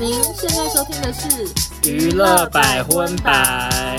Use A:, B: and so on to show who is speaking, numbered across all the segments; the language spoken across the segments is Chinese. A: 您现在收听的是《
B: 娱乐百分百》。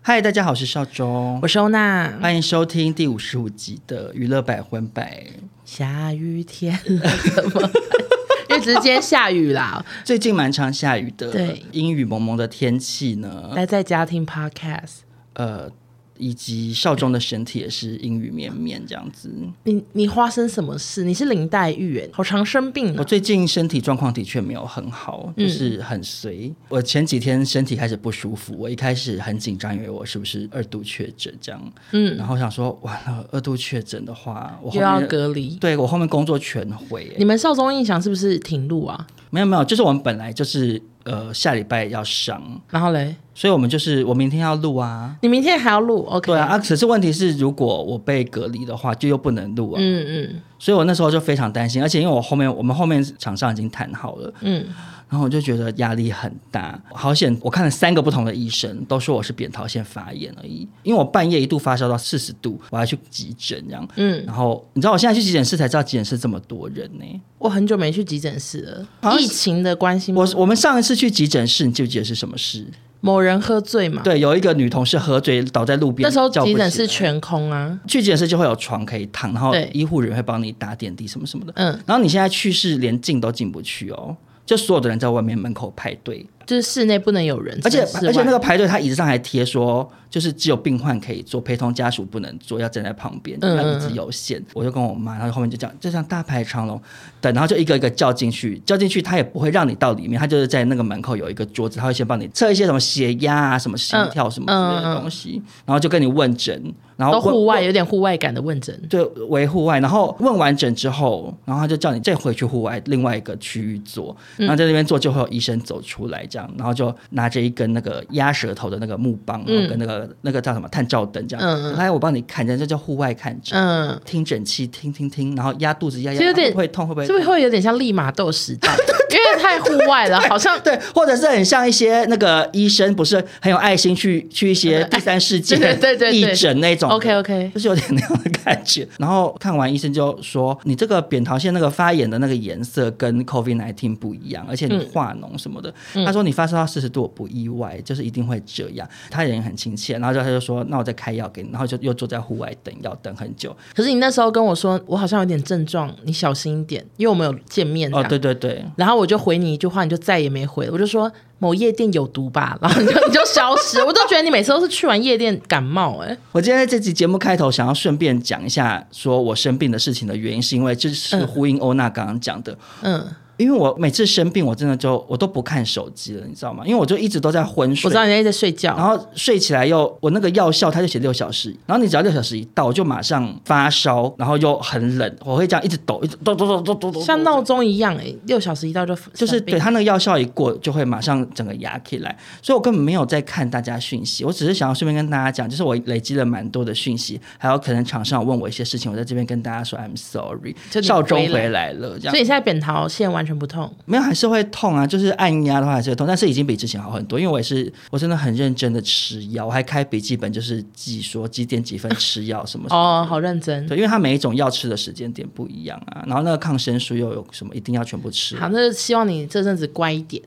B: 嗨，大家好，我是邵忠
A: 我，收纳。
B: 欢迎收听第五十五集的娱乐百分百。
A: 下雨天了，怎么办？ 因为直接下雨啦，
B: 最近蛮常下雨的，
A: 对
B: 阴雨蒙蒙的天气呢，
A: 待在家听 podcast。
B: 呃，以及少中的身体也是阴雨绵绵这样子。
A: 你你发生什么事？你是林黛玉哎，好常生病
B: 我
A: 啊！
B: 最近身体状况的确没有很好，
A: 嗯
B: 就是很随。我前几天身体开始不舒服，我一开始很紧张，以为我是不是二度确诊这样，嗯，然后想说，完了，二度确诊的话，我后
A: 又要
B: 面
A: 隔离。
B: 对我后面工作全毁、欸
A: 你们少中印象是不是停录啊？
B: 没有没有，就是我们本来就是呃下礼拜要上，
A: 然后嘞，
B: 所以我们就是我明天要录啊。
A: 你明天还要录？OK？
B: 对啊，啊，可是问题是，如果我被隔离的话，就又不能录啊，
A: 嗯嗯
B: 所以我那时候就非常担心，而且因为我后面我们后面厂商已经谈好了，
A: 嗯，
B: 然后我就觉得压力很大。好险，我看了三个不同的医生，都说我是扁桃腺发炎而已，因为我半夜一度发烧到四十度，我还去急诊这样，
A: 嗯
B: 嗯，然后你知道我现在去急诊室才知道急诊室这么多人呢、
A: 我很久没去急诊室了，
B: 好像
A: 疫情的关系吗，
B: 我我们上一次去急诊室，你记不记得是什么事？
A: 某人喝醉嘛，
B: 对，有一个女同事喝醉倒在路边，
A: 那时候
B: 叫不
A: 急诊
B: 起
A: 室
B: 来
A: 全空啊，
B: 去急诊室就会有床可以躺，然后
A: 对
B: 医护人员会帮你打点滴什么什么的。
A: 嗯，
B: 然后你现在去是连进都进不去哦，就所有的人在外面门口排队，
A: 就是室内不能有人，
B: 而且
A: 只能室
B: 而且
A: 外
B: 那个排队，他椅子上还贴说，就是只有病患可以坐，陪同家属不能坐，要站在旁边，
A: 嗯
B: 那椅子有限。我就跟我妈，然后后面就这样，就像大排长龙等，然后就一个一个叫进去，叫进去他也不会让你到里面，他就是在那个门口有一个桌子，他会先帮你测一些什么血压啊、什么心跳什么之类
A: 嗯嗯嗯
B: 的东西，然后就跟你问诊，然后
A: 都
B: 问
A: 户外有点户外感的问诊，
B: 对，为户外，然后问完整之后，然后他就叫你再回去户外另外一个区域坐，
A: 嗯
B: 然后在那边坐就会有医生走出来这样，然后就拿着一根那个压舌头的那个木棒，然后跟那个、那个叫什么探照灯这样，
A: 嗯
B: 来我帮你看，这叫户外看诊。
A: 嗯，
B: 听诊器，听听听，然后压肚子，压压
A: 就有点
B: 会不会痛，会不会
A: 是不是会有点像利马窦时代？因为太户外了，好像
B: 对，或者是很像一些那个医生，不是很有爱心去去一些第三世 界
A: 对对对对
B: 义
A: 对
B: 诊那种的
A: OK，OK
B: 就是有点那样的感觉。 然后看完医生就说，你这个扁桃腺那个发炎的那个颜色跟 COVID 1 9不一样，而且你化脓什么的。他说你发烧到四十度，我不意外，就是一定会这样。他人很亲切，然后就他就说，那我再开药给你，然后就又坐在户外等药，等很久。
A: 可是你那时候跟我说，我好像有点症状，你小心一点，因为我们有见面这
B: 哦，
A: 样。
B: 对对对，
A: 然后我就回你一句话，你就再也没回。我就说某夜店有毒吧，然后你就你就消失。我都觉得你每次都是去完夜店感冒、欸，哎，
B: 我今天在这集节目开头想要顺便讲一下，说我生病的事情的原因，是因为这是呼应欧娜刚刚讲的，
A: 嗯，
B: 因为我每次生病，我真的就我都不看手机了，你知道吗？因为我就一直都在昏
A: 我
B: 睡
A: 知。道你在一直睡
B: 然
A: 觉，
B: 后睡起来又，我那个药效它就写六小时，然后你只要六小时一到，我就马上发烧，然后又很冷，我会这样一直抖，一直抖抖抖抖抖抖，
A: 像闹钟一样、欸，哎，六小时一到就
B: 就是
A: 生病
B: 对它那个药效一过，就会马上整个压起来，所以我根本没有在看大家讯息，我只是想要顺便跟大家讲，就是我累积了蛮多的讯息，还有可能厂商有问我一些事情，我在这边跟大家说 I'm sorry，
A: 就你
B: 少中
A: 回来
B: 回来了，这样
A: 所以。你现在扁桃腺完全不痛，
B: 没有，还是会痛啊，就是按压的话还是会痛，但是已经比之前好很多。因为我也是，我真的很认真的吃药，我还开笔记本，就是记说几点几分吃药什么什么。
A: 哦，好认真。
B: 对，因为它每一种药吃的时间点不一样啊，然后那个抗生素又有什么一定要全部吃。
A: 好，那就希望你这阵子乖一点。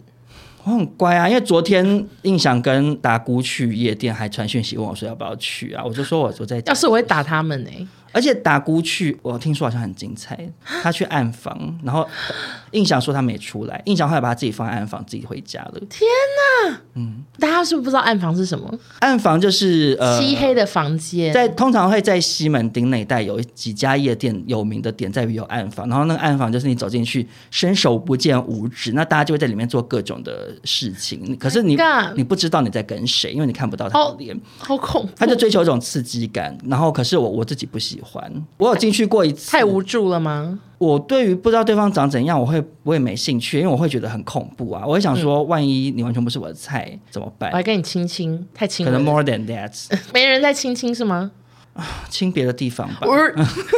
B: 我很乖啊，因为昨天印象跟达姑去夜店，还传讯息问我说要不要去啊，我就说我我在家
A: 要是我会打他们哎、
B: 而且达姑去，我听说好像很精彩。他去暗房，然后印象说他没出来，印象后来把他自己放在暗房，自己回家了。
A: 大家是不是不知道暗房是什么？
B: 暗房就是呃，
A: 漆黑的房间，
B: 在通常会在西门町那一带有几家夜店有名的点在于有暗房，然后那个暗房就是你走进去伸手不见五指，那大家就会在里面做各种的事情，可是你
A: Oh God
B: 你不知道你在跟谁，因为你看不到他的脸。
A: 好恐怖，
B: 他就追求一种刺激感，然后可是我我自己不喜欢。我有进去过一次，
A: 太无助了吗？
B: 我对于不知道对方长怎样，我会我也没兴趣，因为我会觉得很恐怖啊。我会想
A: 嗯
B: 说，万一你完全不是我的菜怎么办
A: 我？还跟你亲亲，太亲
B: 可
A: 了
B: 能 more than that，
A: 没人在亲亲是 吗？
B: 亲别的地方吧。
A: 我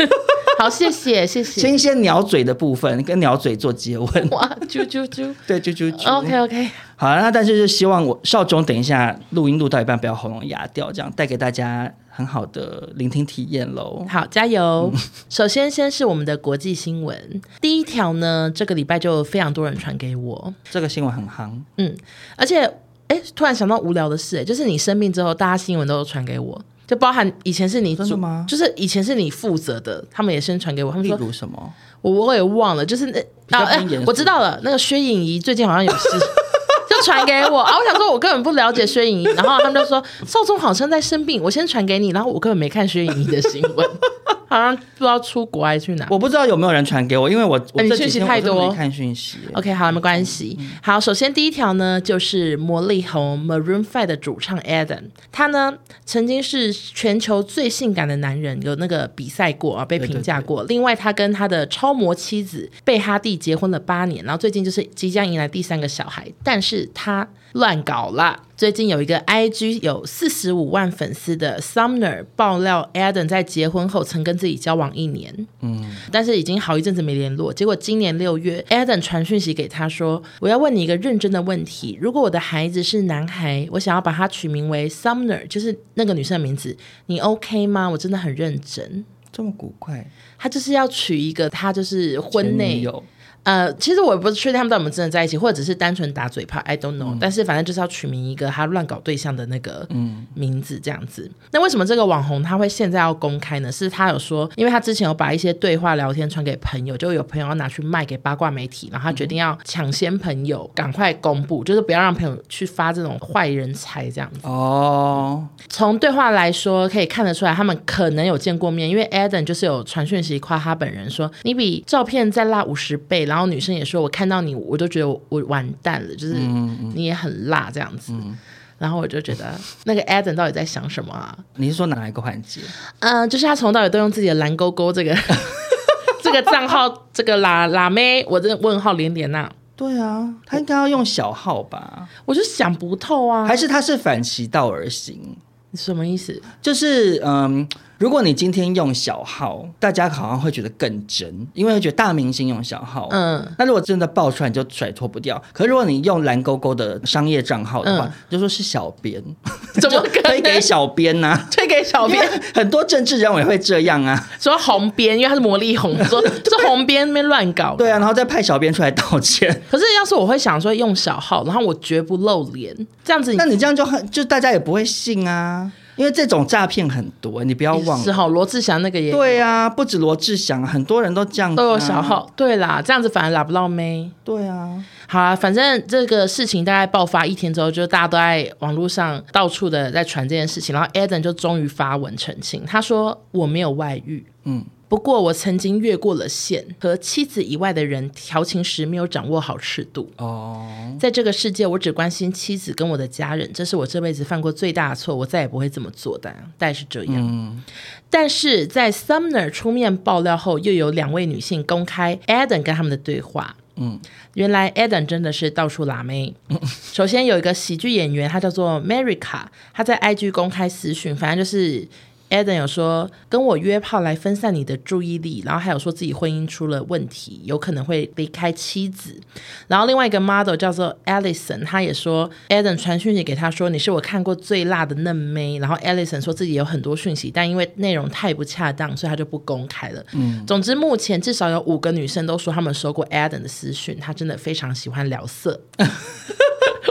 A: 好，谢谢谢谢，
B: 先一些鸟嘴的部分，跟鸟嘴做接吻。
A: 哇，啾啾啾
B: 对，啾啾啾。
A: ，OK OK，
B: 好啊，那但是就希望我少总等一下录音录到一半不要喉咙哑掉，这样带给大家很好的聆听体验 喽。
A: 好，加油！首先，先是我们的国际新闻。第一条呢，这个礼拜就非常多人传给我，
B: 这个新闻很夯，
A: 嗯，而且，哎、突然想到无聊的事、诶就是你生病之后，大家新闻都传给我，就包含以前是你
B: 真的吗
A: 就是以前是你负责的，他们也先传给我，他们
B: 例
A: 说
B: 如什么？
A: 我我也忘了，就是那
B: 较
A: 啊，哎、
B: 偏严肃
A: 我知道了，那个薛颖仪最近好像有事， 就传给我啊。我想说，我根本不了解薛颖仪，然后他们就说邵宗好像在生病，我先传给你，然后我根本没看薛颖仪的新闻， 好像不知道出国还是去哪。
B: 我不知道有没有人传给我，因为我我
A: 哎你
B: 这几
A: 讯息
B: 天
A: 太
B: 我都没
A: 多
B: 看讯息。
A: OK，好，没关系。好，首先第一条呢，就是魔力红 Maroon Five 的主唱 Adam，他呢曾经是全球最性感的男人，有那个比赛过啊，被
B: 对对
A: 评价
B: 对
A: 过。另外，他跟他的超模妻子贝哈蒂结婚了八年，然后最近就是即将迎来第三个小孩，但是他乱搞啦。最近有一个 IG 有四十五万粉丝的 Sumner 爆料，Adam 在结婚后曾跟自己交往一年。但是已经好一阵子没联络。结果今年六月，Adam 传讯息给他说：“我要问你一个认真的问题，如果我的孩子是男孩，我想要把他取名为 Sumner，就是那个女生的名字，你 OK 吗？我真的很认真。”
B: 这么古怪，
A: 他就是要取一个他就是婚
B: 前女
A: 内
B: 友
A: 呃，其实我也不确定他们到底有没有真的在一起，或者只是单纯打嘴炮，I
B: 嗯
A: don't know、但是反正就是要取名一个他乱搞对象的那个
B: 嗯
A: 名字这样子。那为什么这个网红他会现在要公开呢？是他有说，因为他之前有把一些对话聊天传给朋友，就有朋友要拿去卖给八卦媒体，然后他决定要抢先朋友赶快公布，就是不要让朋友去发这种坏人财这样子。
B: 哦，
A: 从对话来说，可以看得出来他们可能有见过面，因为 Adam 就是有传讯息夸他本人说你比照片再辣五十倍，然后女生也说我看到你我就觉得我我完蛋了，就是
B: 嗯
A: 你也很辣这样子。然后我就觉得那个 Adam 到底在想什么啊？
B: 你是说哪一个环节？
A: 嗯，就是他从头到尾都用自己的蓝勾勾这个 这个账号，这个辣辣妹，我这问号连连呐、
B: 对啊，他应该要用小号吧？
A: 我就想不透啊
B: 还，是他是反其道而行？
A: 什么意思？
B: 就是嗯，如果你今天用小号，大家好像会觉得更真，因为会觉得大明星用小号，
A: 嗯，
B: 那如果真的爆出来，你就甩脱不掉。可是如果你用蓝勾勾的商业账号的话，
A: 嗯
B: 你就说是小编，
A: 怎么
B: 就
A: 可
B: 推
A: 能
B: 给小编呐、
A: 推给小
B: 因
A: 编
B: 为？很多政治人物也会这样啊，
A: 说红边，因为他是魔力红， 说这红边那边乱搞。
B: 对啊，然后再派小编出来道 歉。
A: 可是要是我会想说用小号，然后我绝不露脸，这样子你
B: 那你这样就很，就大家也不会信啊，因为这种诈骗很多，你不要忘
A: 是
B: 了。
A: 哈，哦罗志祥那个也
B: 对啊，不止罗志祥，很多人都这样、啊、
A: 都有小。号，对啦，这样子反而拉不到妹。
B: 对啊，
A: 好啊，反正这个事情大概爆发一天之后，就大家都在网络上到处的在传这件事情，然后 Adam 就终于发文澄清，他说我没有外遇，
B: 嗯，
A: 不过我曾经越过了线，和妻子以外的人调情时没有掌握好尺度，
B: 哦，
A: 在这个世界，我只关心妻子跟我的家人，这是我这辈子犯过最大的错，我再也不会这么做的。大概是这样。
B: 嗯，
A: 但是在 Sumner 出面爆料后，又有两位女性公开 Adam 跟他们的对话。
B: 嗯，
A: 原来 Adam 真的是到处拉 妹。首先有一个喜剧演员，他叫做 Merica，他在 IG 公开私讯，反正就是。Adam 有说跟我约炮来分散你的注意力，然后还有说自己婚姻出了问题，有可能会离开妻子。然后另外一个 model 叫做 Allison，她也说 Adam 传讯息给她说你是我看过最辣的嫩妹。然后 Allison 说自己有很多讯息，但因为内容太不恰当，所以她就不公开了。嗯，总之目前至少有五个女生都说她们收过 Adam 的私讯，她真的非常喜欢聊色。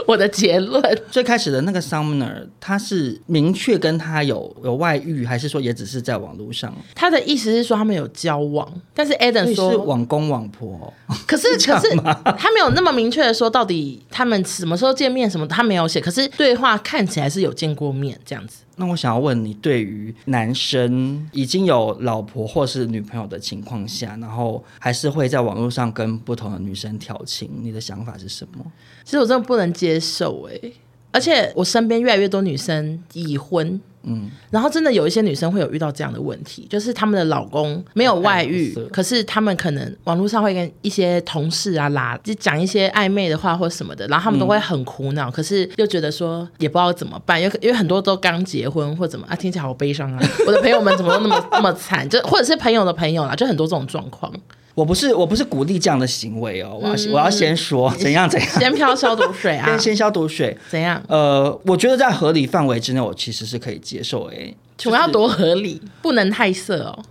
A: 我的结论，
B: 最开始的那个 Sumner，他是明确跟他有有外遇，还是说也只是在网络上？
A: 她的意思是说他们有交往，但是
B: 所
A: Adam
B: 以是
A: 说
B: 网公网婆，
A: 可 是可是他没有那么明确的说到底他们什么时候见面什么，他没有写。可是对话看起来是有见过面这样子。
B: 那我想要问你，对于男生已经有老婆或是女朋友的情况下，然后还是会在网络上跟不同的女生调情，你的想法是什么？
A: 其实我真的不能接受哎、而且我身边越来越多女生已婚，嗯，然后真的有一些女生会有遇到这样的问题，就是她们的老公没有外遇
B: 太好色，
A: 可是她们可能网络上会跟一些同事啊拉，就讲一些暧昧的话或什么的，然后她们都会很苦
B: 嗯
A: 恼，可是又觉得说也不知道怎么办，因为因为很多都刚结婚或怎么啊， 听起来好悲伤啊，我的朋友们怎么都那么那么惨，就或者是朋友的朋友啦，就很多这种状况。
B: 我不是我不是鼓励这样的行为哦，我要、我要先说怎样怎样，
A: 先飘消毒水啊
B: 先， 先消毒水。
A: 怎样？
B: 呃，我觉得在合理范围之内，我其实是可以接受诶、
A: 请问要多合理，不能太色哦。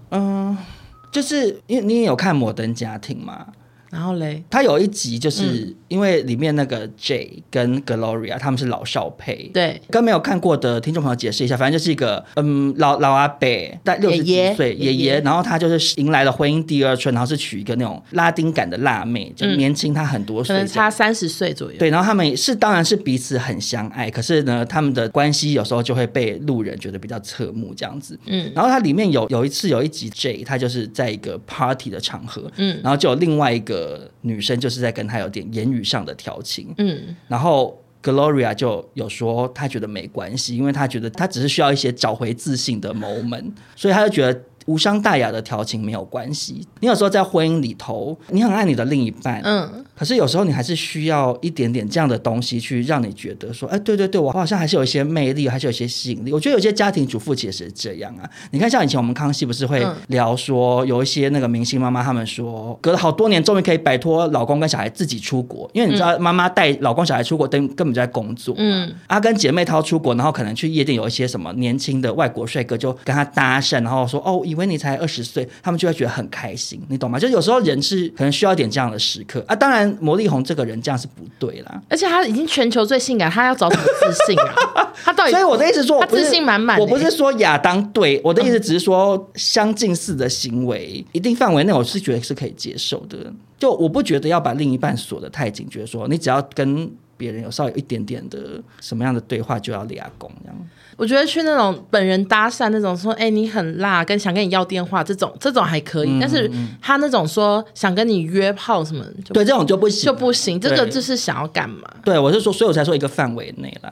B: 就是因为你也有看《摩登家庭》嘛，
A: 然后嘞，
B: 他有一集就是、
A: 嗯
B: 因为里面那个 J 跟 Gloria 他们是老少配，
A: 对，
B: 跟没有看过的听众朋友解释一下，反正就是一个嗯老老阿伯，大六十
A: 爷
B: 几
A: 爷
B: 岁
A: 爷爷
B: 爷爷，然后他就是迎来了婚姻第二春，然后是娶一个那种拉丁感的辣妹，就年轻他很
A: 嗯
B: 多
A: 可
B: 岁这
A: 能
B: 样，
A: 差三十岁左右。
B: 对，然后他们是当然是彼此很相爱，可是呢，他们的关系有时候就会被路人觉得比较侧目这样子。
A: 嗯
B: 嗯，然后它里面有有一次有一集 J，他就是在一个 party 的场合，
A: 嗯
B: 嗯，然后就有另外一个女生就是在跟他有点言语上的调情，
A: 嗯，
B: 然后。Gloria 就有说，她觉得没关系，因为她觉得她只是需要一些找回自信的 moment，所 以她就觉得无伤大雅的调情没有关系。你有时候在婚姻里头，你很爱你的另一半，
A: 嗯，
B: 可是有时候你还是需要一点点这样的东西，去让你觉得说，哎，对对对，我好像还是有一些魅力，还是有一些吸引力。我觉得有些家庭主妇其实是这样啊。你看，像以前我们康熙不是会
A: 嗯
B: 聊说，有一些那个明星妈妈，他们说隔了好多年，终于可以摆脱老公跟小孩自己出国，因为你知道妈妈带老公小孩出国，根根本就在工作。
A: 嗯
B: 嗯，啊，跟姐妹淘出国，然后可能去夜店有一些什么年轻的外国帅哥就跟他搭讪，然后说哦，以为你才二十岁，他们就会觉得很开心，你懂吗？就有时候人是可能需要一点这样的时刻啊。当然，魔力红这个人这样是不对啦。
A: 而且他已经全球最性感，他要找什么自信 啊？他到底？
B: 所哎以我的意思说，我
A: 他
B: 不是
A: 自信满满欸
B: 我不是说亚当对，我的意思只是说，相近似的行为，一定范围内，我是觉得是可以接受的。就我不觉得要把另一半锁得太紧，觉得说你只要跟别人有稍微有一点点的什么样的对话就要立阿公这样。
A: 我觉得去那种本人搭讪那种说，哎、你很辣，跟想跟你要电话这种，这种还可以。
B: 嗯
A: 但是他那种说想跟你约炮什么，就
B: 对，这种就不行，啊
A: 就不行。这个
B: 对
A: 就是想要干嘛？
B: 对，我是说，所以我才说一个范围内啦，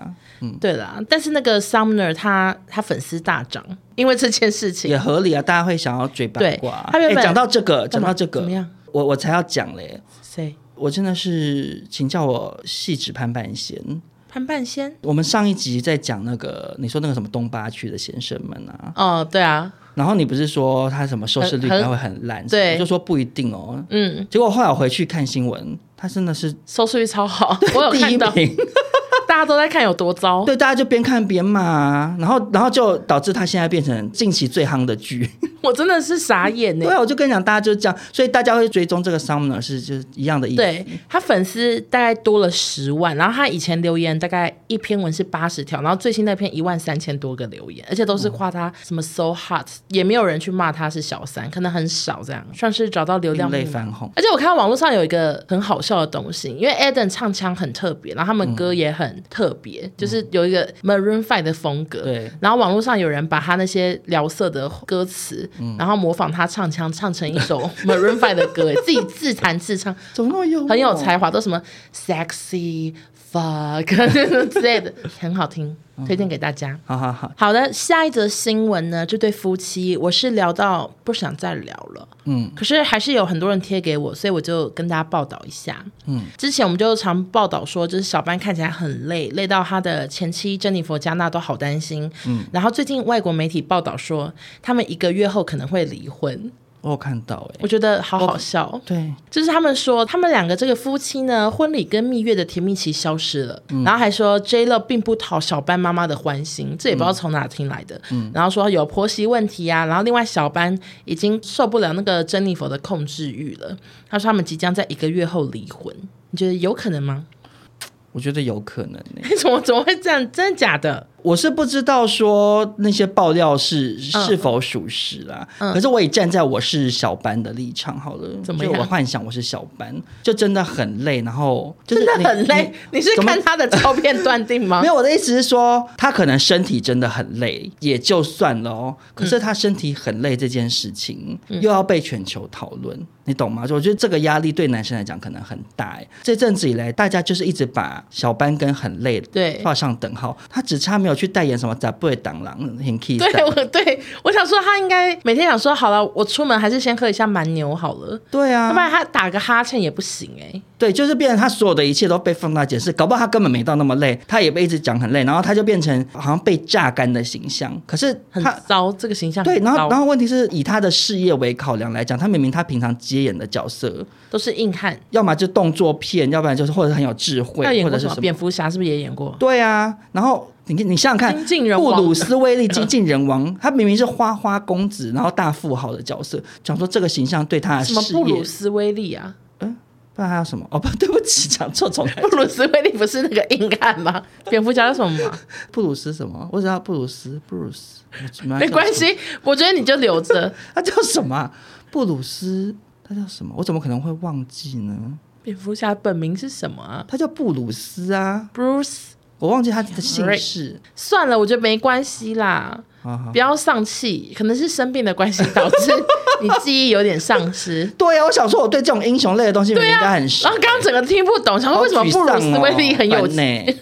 A: 对啦，但是那个 Sumner 他他粉丝大涨，因为这件事情
B: 也合理啊，大家会想要追八
A: 对
B: 卦。
A: 他原
B: 诶
A: 本
B: 讲到这个，讲到这个，
A: 怎么样？
B: 我我才要讲嘞，
A: 谁？
B: 我真的是，请叫我细指潘半仙。
A: 潘半仙？
B: 我们上一集在讲那个，你说那个什么东八区的先生们啊，
A: 哦，对啊，
B: 然后你不是说他什么收视率
A: 很很
B: 他会很烂，
A: 对
B: 我就说不一定哦。
A: 嗯，
B: 结果后来我回去看新闻，他真的是
A: 收视率超好， 我有
B: 第
A: 看
B: 一
A: 到，哦
B: 名，
A: 大家都在看有多糟。
B: 对，大家就边看边骂啊，然后然后就导致他现在变成近期最夯的剧。
A: 我真的是傻眼呢、欸
B: 对啊，我就跟你讲，大家就是这样，所以大家会追踪这个 Sumner 是就是一样的意思。
A: 对他粉丝大概多了十万，然后他以前留言大概一篇文是八十条，然后最新那篇一万三千多个留言，而且都是夸他什么 so hot，、也没有人去骂他是小三，可能很少这样，算是找到流量
B: 另类
A: 密码
B: 翻红。
A: 而且我看到网络上有一个很好笑的东西，因为 Eden 唱腔很特别，然后他们歌也很特别，就是有一个 Maroon Five 的风格。
B: 对
A: 然后网络上有人把他那些聊色的歌词，然后模仿他唱腔唱成一首 Maroon Five 的歌，自己自弹自唱，
B: 怎么那么幽默？
A: 很有才华，都什么 sexy fuck 之类的，很好听，推荐给大家。
B: 好好好，
A: 好的，下一则新闻呢，这对夫妻，我是聊到不想再聊了，嗯，可是还是有很多人贴给我，所以我就跟大家报道一下，嗯，之前我们就常报道说，就是小班看起来很累，累到他的前妻珍妮佛·加纳都好担心，嗯，然后最近外国媒体报道说，他们一个月后可能会离婚，
B: 我有看到哎、
A: 我觉得好好笑，
B: 对，
A: 就是他们说，他们两个这个夫妻呢，婚礼跟蜜月的甜蜜期消失了，
B: 嗯
A: 然后还说 J Lo 并不讨小班妈妈的欢心，这也不知道从哪听来的。
B: 嗯
A: 然后说有婆媳问题啊，然后另外小班已经受不了那个珍妮佛的控制欲了，他说他们即将在一个月后离婚，你觉得有可能吗？
B: 我觉得有可能哎、
A: 你怎么怎么会这样？真的假的？
B: 我是不知道说那些爆料是
A: 嗯
B: 是否属实啦、可是我也站在我是小班的立场好了，
A: 怎么
B: 就
A: 样
B: 我幻想我是小班，就真的很累，然后就是
A: 真
B: 你
A: 的很累，你是
B: 怎么
A: 看他的照片断定吗
B: 没？有，我的意思是说，他可能身体真的很累，也就算了哦。可是他身体很累这件事情，
A: 嗯
B: 又要被全球讨论，你懂吗？就我觉得这个压力对男生来讲可能很大。哎，这阵子以来，大家就是一直把小班跟很累
A: 对
B: 画上等号，他只差没有去代言什么杂贝党狼很 key
A: 对我对我想说，他应该每天想说，好了，我出门还是先喝一下蛮牛好了，
B: 对
A: 要不
B: 啊，
A: 然他打个哈欠也不行哎、
B: 对，就是变成他所有的一切都被放大解释，搞不好他根本没到那么累，他也被一直讲很累，然后他就变成好像被榨干的形象。可是
A: 很
B: 他
A: 糟，这个形象
B: 对，
A: 很
B: 然后
A: 糟，
B: 然后问题是以他的事业为考量来讲，他明明他平常接演的角色，
A: 都是硬汉。
B: 要么就动作片，要不然就是或者很有智慧
A: 他有，演
B: 或
A: 过
B: 者
A: 什
B: 是
A: 么？
B: 什么。
A: 蝙蝠侠是不是也演过？
B: 对啊，然后你你想想看
A: 精，尽人
B: 布
A: 亡
B: 鲁斯威利精尽人亡，他明明是花花公子，然后大富豪的角色，想说这个形象对他的
A: 什么
B: 啊事
A: 布
B: 业
A: 鲁，斯威利啊？
B: 不然还有什么？哦不，对不起，讲错重来。
A: 布鲁斯威利不是那个硬汉 吗？蝙蝠侠叫什么吗？
B: 布鲁斯什么？我知道布鲁斯，布鲁斯，我
A: 没关，系，我觉得你就留着。
B: 他叫什么啊？布鲁斯，他叫什么？我怎么可能会忘记呢？
A: 蝙蝠侠本名是什么啊
B: 他叫布鲁斯啊，
A: ？Bruce。
B: 我忘记他的姓
A: Right
B: 氏。啊
A: 算了，我觉得没关系啦，
B: 好好
A: 不要丧气，可能是生病的关系导致 你记忆有点丧失。
B: 对呀、啊，我想说我 对这啊种英雄类的东西明明应该很熟
A: 然。后刚刚整个听不懂，想啊说为什么
B: 哦
A: 布鲁斯威利很有
B: 呢
A: 钱？？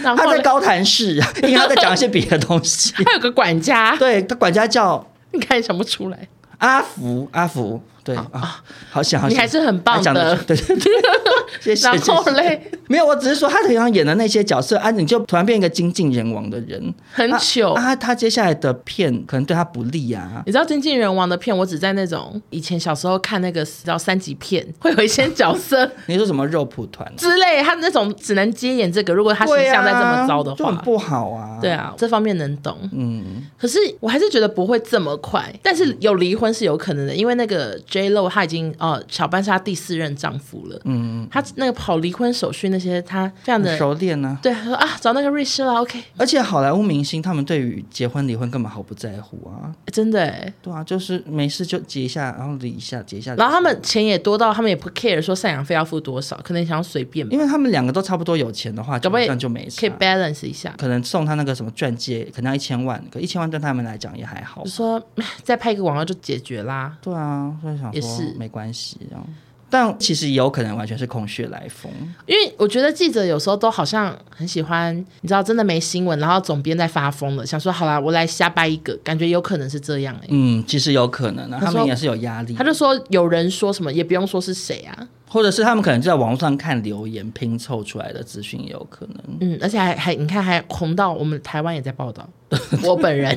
A: 然
B: 他
A: 后
B: 在
A: 呢
B: 高谈市，因为他在讲一些别的 东西。
A: 他有个管家，
B: 对他管家叫
A: 你看想不出来，
B: 阿福，阿福，对啊，好想好想，
A: 你还是很棒
B: 还讲得
A: 的
B: 出对对对， 谢谢。
A: 然后
B: 谢谢，
A: 嘞，
B: 没有，我只是说他平常演的那些角色啊，你就突然变一个精尽人亡的人，
A: 很糗
B: 啊。啊他接下来的片可能对他不利啊。
A: 你知道《经纪人王》的片，我只在那种以前小时候看那个叫三级片，会有一些角色
B: 你说什么肉蒲团？
A: 之类，他那种只能接演这个。如果他形
B: 对啊
A: 象再这么糟的
B: 就很
A: 话，
B: 不好啊。
A: 对，啊，这方面能懂。
B: 嗯。
A: 可是我还是觉得不会这么快，但是有离婚是有可能的，因为那个 J Lo 她已经呃小班是她第四任丈夫了，嗯，她那个跑离婚手续那些，她非常的
B: 很熟练呢、
A: 对，她说啊找那个律师了，OK，
B: 而且好莱坞明星他们对于结婚离婚根本毫不在乎啊，
A: 真的欸。
B: 对啊，就是没事就结一下，然后离一下，结一下。
A: 然后他们钱也多到他们也不 care 说赡养费要付多少，可能想要随便吧，
B: 因为啊他们两个都差不多有钱的话，
A: 搞
B: 就
A: 不好
B: 这
A: 也
B: 样就没事。
A: 可以 balance 一下。
B: 可能送他那个什么钻戒，可能要一千万，可一千万对他们来讲也还好
A: 就。说唉再拍一个广告就解决啦。
B: 对啊，所以想
A: 也
B: 说
A: 是
B: 没关系这样。但其实也有可能完全是空穴来风，
A: 因为我觉得记者有时候都好像很喜欢，你知道，真的没新闻，然后总编在发疯了，想说好啦，我来瞎掰一个，感觉有可能是这样哎、
B: 嗯，其实有可能啊，
A: 他
B: 他
A: 说
B: 们也是有压力
A: 他，就说有人说什么，也不用说是谁啊，
B: 或者是他们可能就在网络上看留言拼凑出来的资讯也有可能。
A: 嗯，而且还还你看还红到我们台湾也在报 道，我本人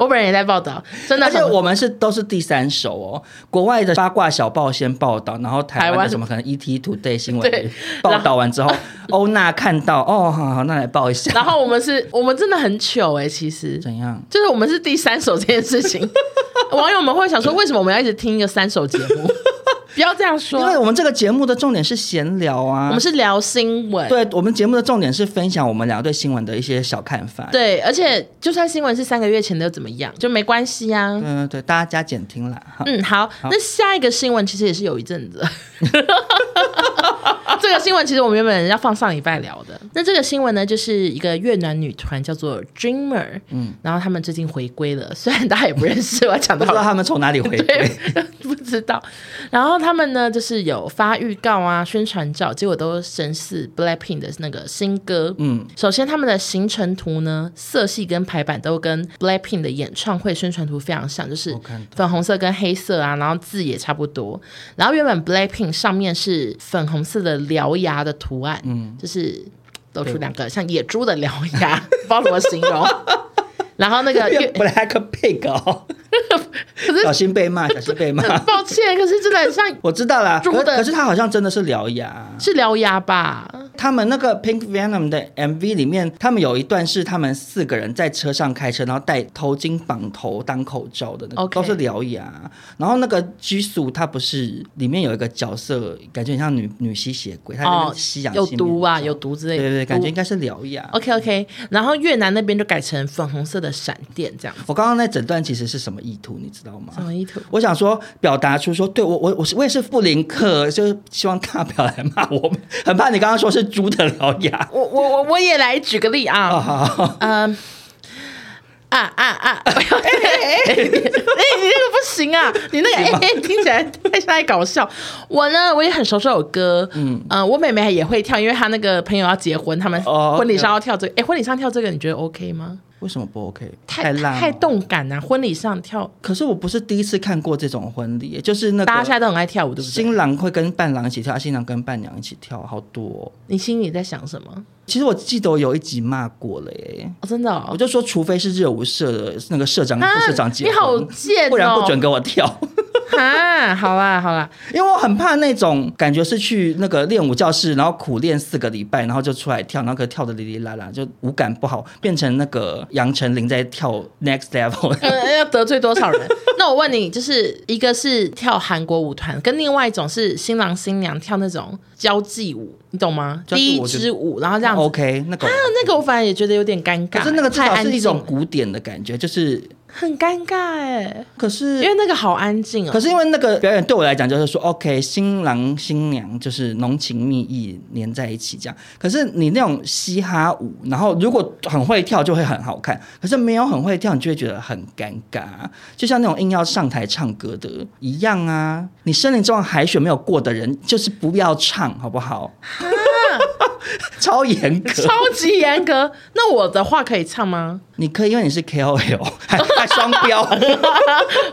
A: 我本人也在报道，真的
B: 而
A: 很，
B: 且我们是都是第三手哦，国外的八卦小报先报道，然后台
A: 台
B: 湾
A: 湾
B: 的什么可能 ET Today 新
A: 对
B: 闻报道完之后，欧娜看到哦，好好，那来报一下，
A: 然后我们是我们真的很糗哎、其实
B: 怎样？
A: 就是我们是第三手这件事 情，网友们会想说，为什么我们要一直听一个三手节 目？不要这样说，
B: 因为我们这个节目的重点是闲聊
A: 我
B: 啊
A: 们，是聊新闻。
B: 对我们节目的重点是分享我们俩对新闻的一些小看法。
A: 对而且就算新闻是三个月前的又怎么样，就没关系啊。
B: 对嗯对对，大家加减听啦。哈
A: 嗯，好，那下一个新闻其实也是有一阵子。 这个新闻其实我们原本要放上礼拜聊的。那这个新闻呢，就是一个越南女团叫做 Dreamer，嗯，然后他们最近回归了，虽然大家也不认识，我讲
B: 不
A: 到
B: 知道他们从哪里回归，
A: 不知道。然后他们呢，就是有发预告啊、宣传照，结果都神似 Blackpink 的那个新歌。嗯，首先他们的行程图呢，色系跟排版都跟 Blackpink 的演唱会宣传图非常像，就是
B: 看到
A: 粉红色跟黑色啊，然后字也差不多。然后原本 Blackpink 上面是粉红色的獠牙的图案，嗯，就是露出两个像野猪的獠牙， 不知道怎么形容。然后那个
B: 因
A: 越
B: 为 Black Pig 哦，
A: 可是
B: 小心被骂，小心被骂。
A: 抱歉，可是真的很像
B: 我知道啦，可
A: 嗯猪的
B: 可是他好像真的是獠牙。
A: 是獠牙吧？
B: 他们那个 Pink Venom 的 MV 里面，他们有一段是他们四个人在车上开车，然后戴头巾绑头当口罩的那个
A: OK
B: 都是獠牙。然后那个居素，她不是里面有一个角色，感觉很像女女吸血鬼，她在那边吸氧
A: 哦有
B: 气
A: 毒啊，
B: 面罩
A: 有毒之哦类
B: 对
A: 的。
B: 对对，感觉应该是啊獠牙。
A: OK OK，然后越南那边就改成粉红色的闪电这样子，
B: 我刚刚那整段其实是什么意图，你知道吗？
A: 什么意图？
B: 我想说，表达出说，对我我我是我也是布林克，就是希望大表来骂我们，很怕你刚刚说是猪的獠牙。 哦
A: 我我我我也来举个例啊，
B: 啊，好好
A: 嗯、啊啊啊！哎呦，哎，你那个不行啊，你那个哎哎听起来太太搞笑。我呢，我也很熟这首歌，嗯，呃，我妹妹也会跳，因为她那个朋友要结婚，他们
B: 哦
A: 婚礼上要跳这个。哎，婚礼上跳这个，你觉得 OK 吗？
B: 为什么不 OK？
A: 太
B: 烂了
A: 太。动感啊！婚礼上跳，
B: 可是我不是第一次看过这种婚礼，就是那
A: 大家现在
B: 个
A: 都很爱跳舞，对不对？
B: 新郎会跟伴郎一起跳，新娘跟伴娘一起跳，好多哦、
A: 你心里在想什么？
B: 其实我记得我有一集骂过了耶，
A: 哦，真的
B: 我
A: 哦，
B: 就说除非是热舞社的那个社长、
A: 啊
B: 副社长结
A: 你好
B: 婚，
A: 贱哦，
B: 不然不准给我跳，
A: 啊！好啦好啦，
B: 因为我很怕那种感觉是去那个练舞教室，然后苦练四个礼拜，然后就出来跳，然后可跳的哩哩啦啦，就舞感不好，变成那个杨丞琳在跳 Next Level。
A: 呃，要得罪多少 人？那我问你，就是一个是跳韩国舞团，跟另外一种是新郎新娘跳那种交际舞，你懂吗？
B: 交际
A: 第一
B: 舞我觉得
A: 支舞，然后这样子。
B: OK，那个
A: 啊，那个我反而也觉得有点尴尬，
B: 可是那个至
A: 太
B: 少
A: 安
B: 是
A: 静
B: 一种
A: 了
B: 古典的感觉，就是
A: 很尴尬哎，
B: 可
A: 因
B: 是
A: 为那个好安静哦。
B: 可是因为那个表演对我来讲就是说，OK，新郎新娘就是浓情蜜意粘在一起这样。可是你那种嘻哈舞，然后如果很会跳就会很好看，可是没有很会跳，你就会觉得很尴尬。就像那种硬要上台唱歌的一样啊，你森林中海选没有过的人，就是不要唱，好不好？ 超严格，
A: 超级严格，那我的话可以唱吗？
B: 你可以因为你是 KOL，还还双标。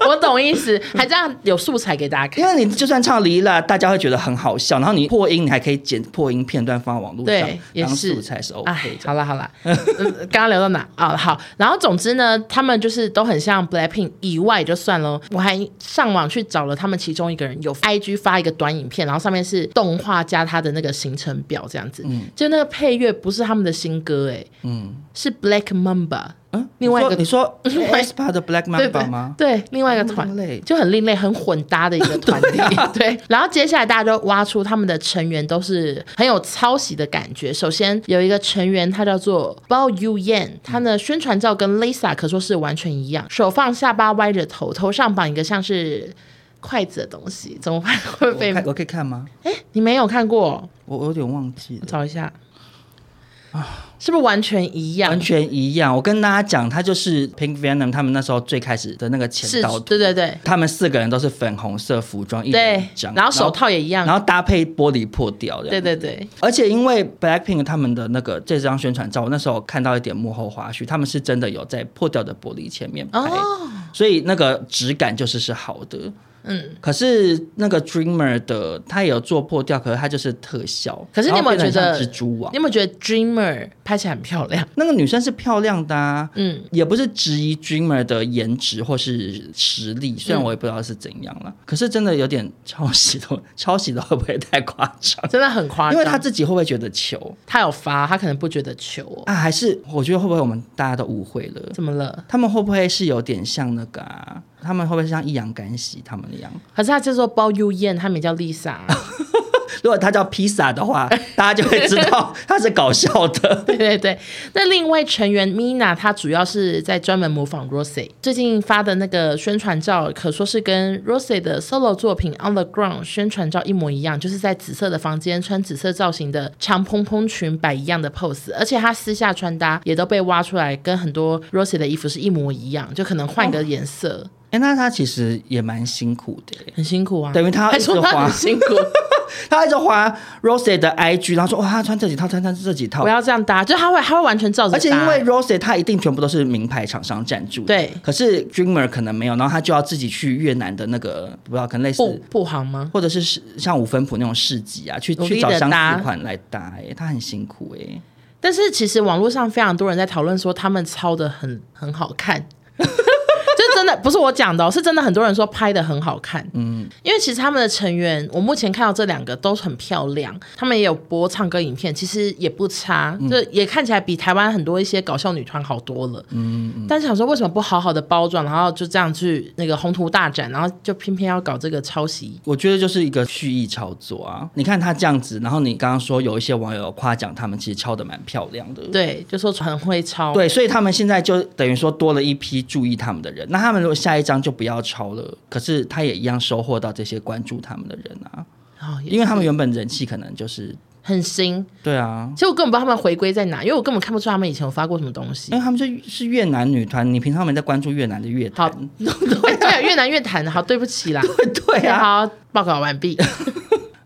A: 我懂意思，还这样有素材给大家看。
B: 因为你就算唱离了，大家会觉得很好笑，然后你破音，你还可以剪破音片段放在网络上
A: 对，也
B: 当
A: 是
B: 素材是
A: 哎
B: OK，的。
A: 好啦好啦， 嗯刚刚聊到哪啊、好，然后总之呢，他们就是都很像 Blackpink 以外就算喽，我还上网去找了他们其中一个人有 IG 发一个短影片，然后上面是动画加他的那个行程表这样子，就那个配乐不是他们的新歌哎、
B: 嗯
A: 是 Black Mamba，
B: 嗯，
A: 另外一个
B: 你说你说
A: 另外
B: aespa 的 Black
A: 对
B: Mamba 吗？
A: 对，另外一个团
B: 另类
A: 就很另类、很混搭的一个团体。
B: 对啊
A: 对，然后接下来大家就挖出他们的成员都是很有抄袭的感觉。首先有一个成员，他叫做 Bao Yu Yan，他
B: 嗯
A: 的宣传照跟 Lisa 可说是完全一样，手放下巴歪着头，头上绑一个像是筷子的东西，怎么办 会
B: 我
A: 被？
B: 看我可以看吗？
A: 你没有看过？
B: 我我有点忘记了。
A: 找一下。是不是完全一样？
B: 啊完全一样，我跟大家讲，他就是 Pink Venom 他们那时候最开始的那个前
A: 是
B: 导，图，
A: 对对对
B: 他们四个人都是粉红色服装，一人
A: 对
B: 一张，，
A: 然后手，套也一样
B: 然，后搭配玻璃破掉，这样
A: 对对对，
B: 而且因为 Blackpink 他们的那个这张宣传照，我那时候看到一点幕后花絮，他们是真的有在破掉的玻璃前面拍，
A: 哦
B: 所以那个质感就是是好的。嗯，可是那个 Dreamer 的他也有做破掉，可是他就是特效。
A: 可是你有没有
B: 然后变
A: 觉
B: 得
A: 得
B: 很像蜘蛛网
A: 你？有没有觉得 Dreamer 拍起来很漂亮？
B: 那个女生是漂亮的、啊，
A: 嗯，
B: 也不是质疑 Dreamer 的颜值或是实力，
A: 嗯
B: 虽然我也不知道是怎样了，可是真的有点 抄袭的，抄袭的会不会太夸张？
A: 真的很夸张。
B: 因为他自己会不会觉得糗？
A: 他有发，他可能不觉得糗哦、
B: 啊，还是我觉得会不会我们大家都误会了？
A: 怎么了？
B: 他们会不会是有点像那个、啊？他们会不会像易烊干玺他们一样？
A: 可是他叫做包幽燕，他名叫 Lisa，啊
B: 如果他叫披萨的 话，大家就会知 道他是搞笑的。
A: 对 对对。那另外成员 Mina，她主要是在专门模仿 Rosé，最近发的那个宣传照可说是跟 Rosé 的 solo 作品 On the Ground 宣传照一模一样，就是在紫色的房间穿紫色造型的长蓬蓬裙摆一样的 pose，而且她私下穿搭也都被挖出来，跟很多 Rosé 的衣服是一模一样，就可能换个颜色。
B: 哎、那他其实也蛮辛苦的欸耶。
A: 很辛苦啊，
B: 等于他
A: 还说他
B: 一直滑
A: 很辛 苦，
B: 他一直滑 Rose 的 IG，然后说哇，他穿这几套，穿穿这几套
A: 不。要这样搭，就他会他会完全照着搭，
B: 而且因为 Rose 他一定全部都是名牌厂商赞助的，
A: 对
B: 可是 Dreamer 可能没有，然后他就要自己去越南的那个，不知道可能类似
A: 不不行吗？
B: 或者是市像五分埔那种市集啊，去
A: 努力
B: 去找
A: 地
B: 相
A: 搭
B: 似款来搭、欸，他很辛苦哎、欸。
A: 但是其实网络上非常多人在讨论说他们抄的很很好看。 就真的不是我讲的、哦，是真的很多人说拍的很好看。嗯，因为其实他们的成员，我目前看到这两个都很漂亮，他们也有播唱歌影片，其实也不差，就也看起来比台湾很多一些搞笑女团好多了。嗯但是想说为什么不好好的包装，然后就这样去那个宏图大展，然后就偏偏要搞这个抄袭？
B: 我觉得就是一个蓄意炒作啊！你看他这样子，然后你刚刚说有一些网友夸奖他们，其实敲的蛮漂亮的。
A: 对，就说很会抄。
B: 对，所以他们现在就等于说多了一批注意他们的人。那他们如果下一张就不要抄了，可是他也一样收获到这些关注他们的人啊，
A: 哦，也
B: 因为他们原本人气可能就是
A: 很新。
B: 对啊，
A: 其实我根本不知道他们回归在哪，因为我根本看不出他们以前有发过什么东西
B: 因。为他们就是越南女团，你平常没在关注越南的乐
A: 好
B: 团，，
A: 哎对啊，越南越谈，好，对不起啦。
B: 对啊，
A: 好，报告完毕。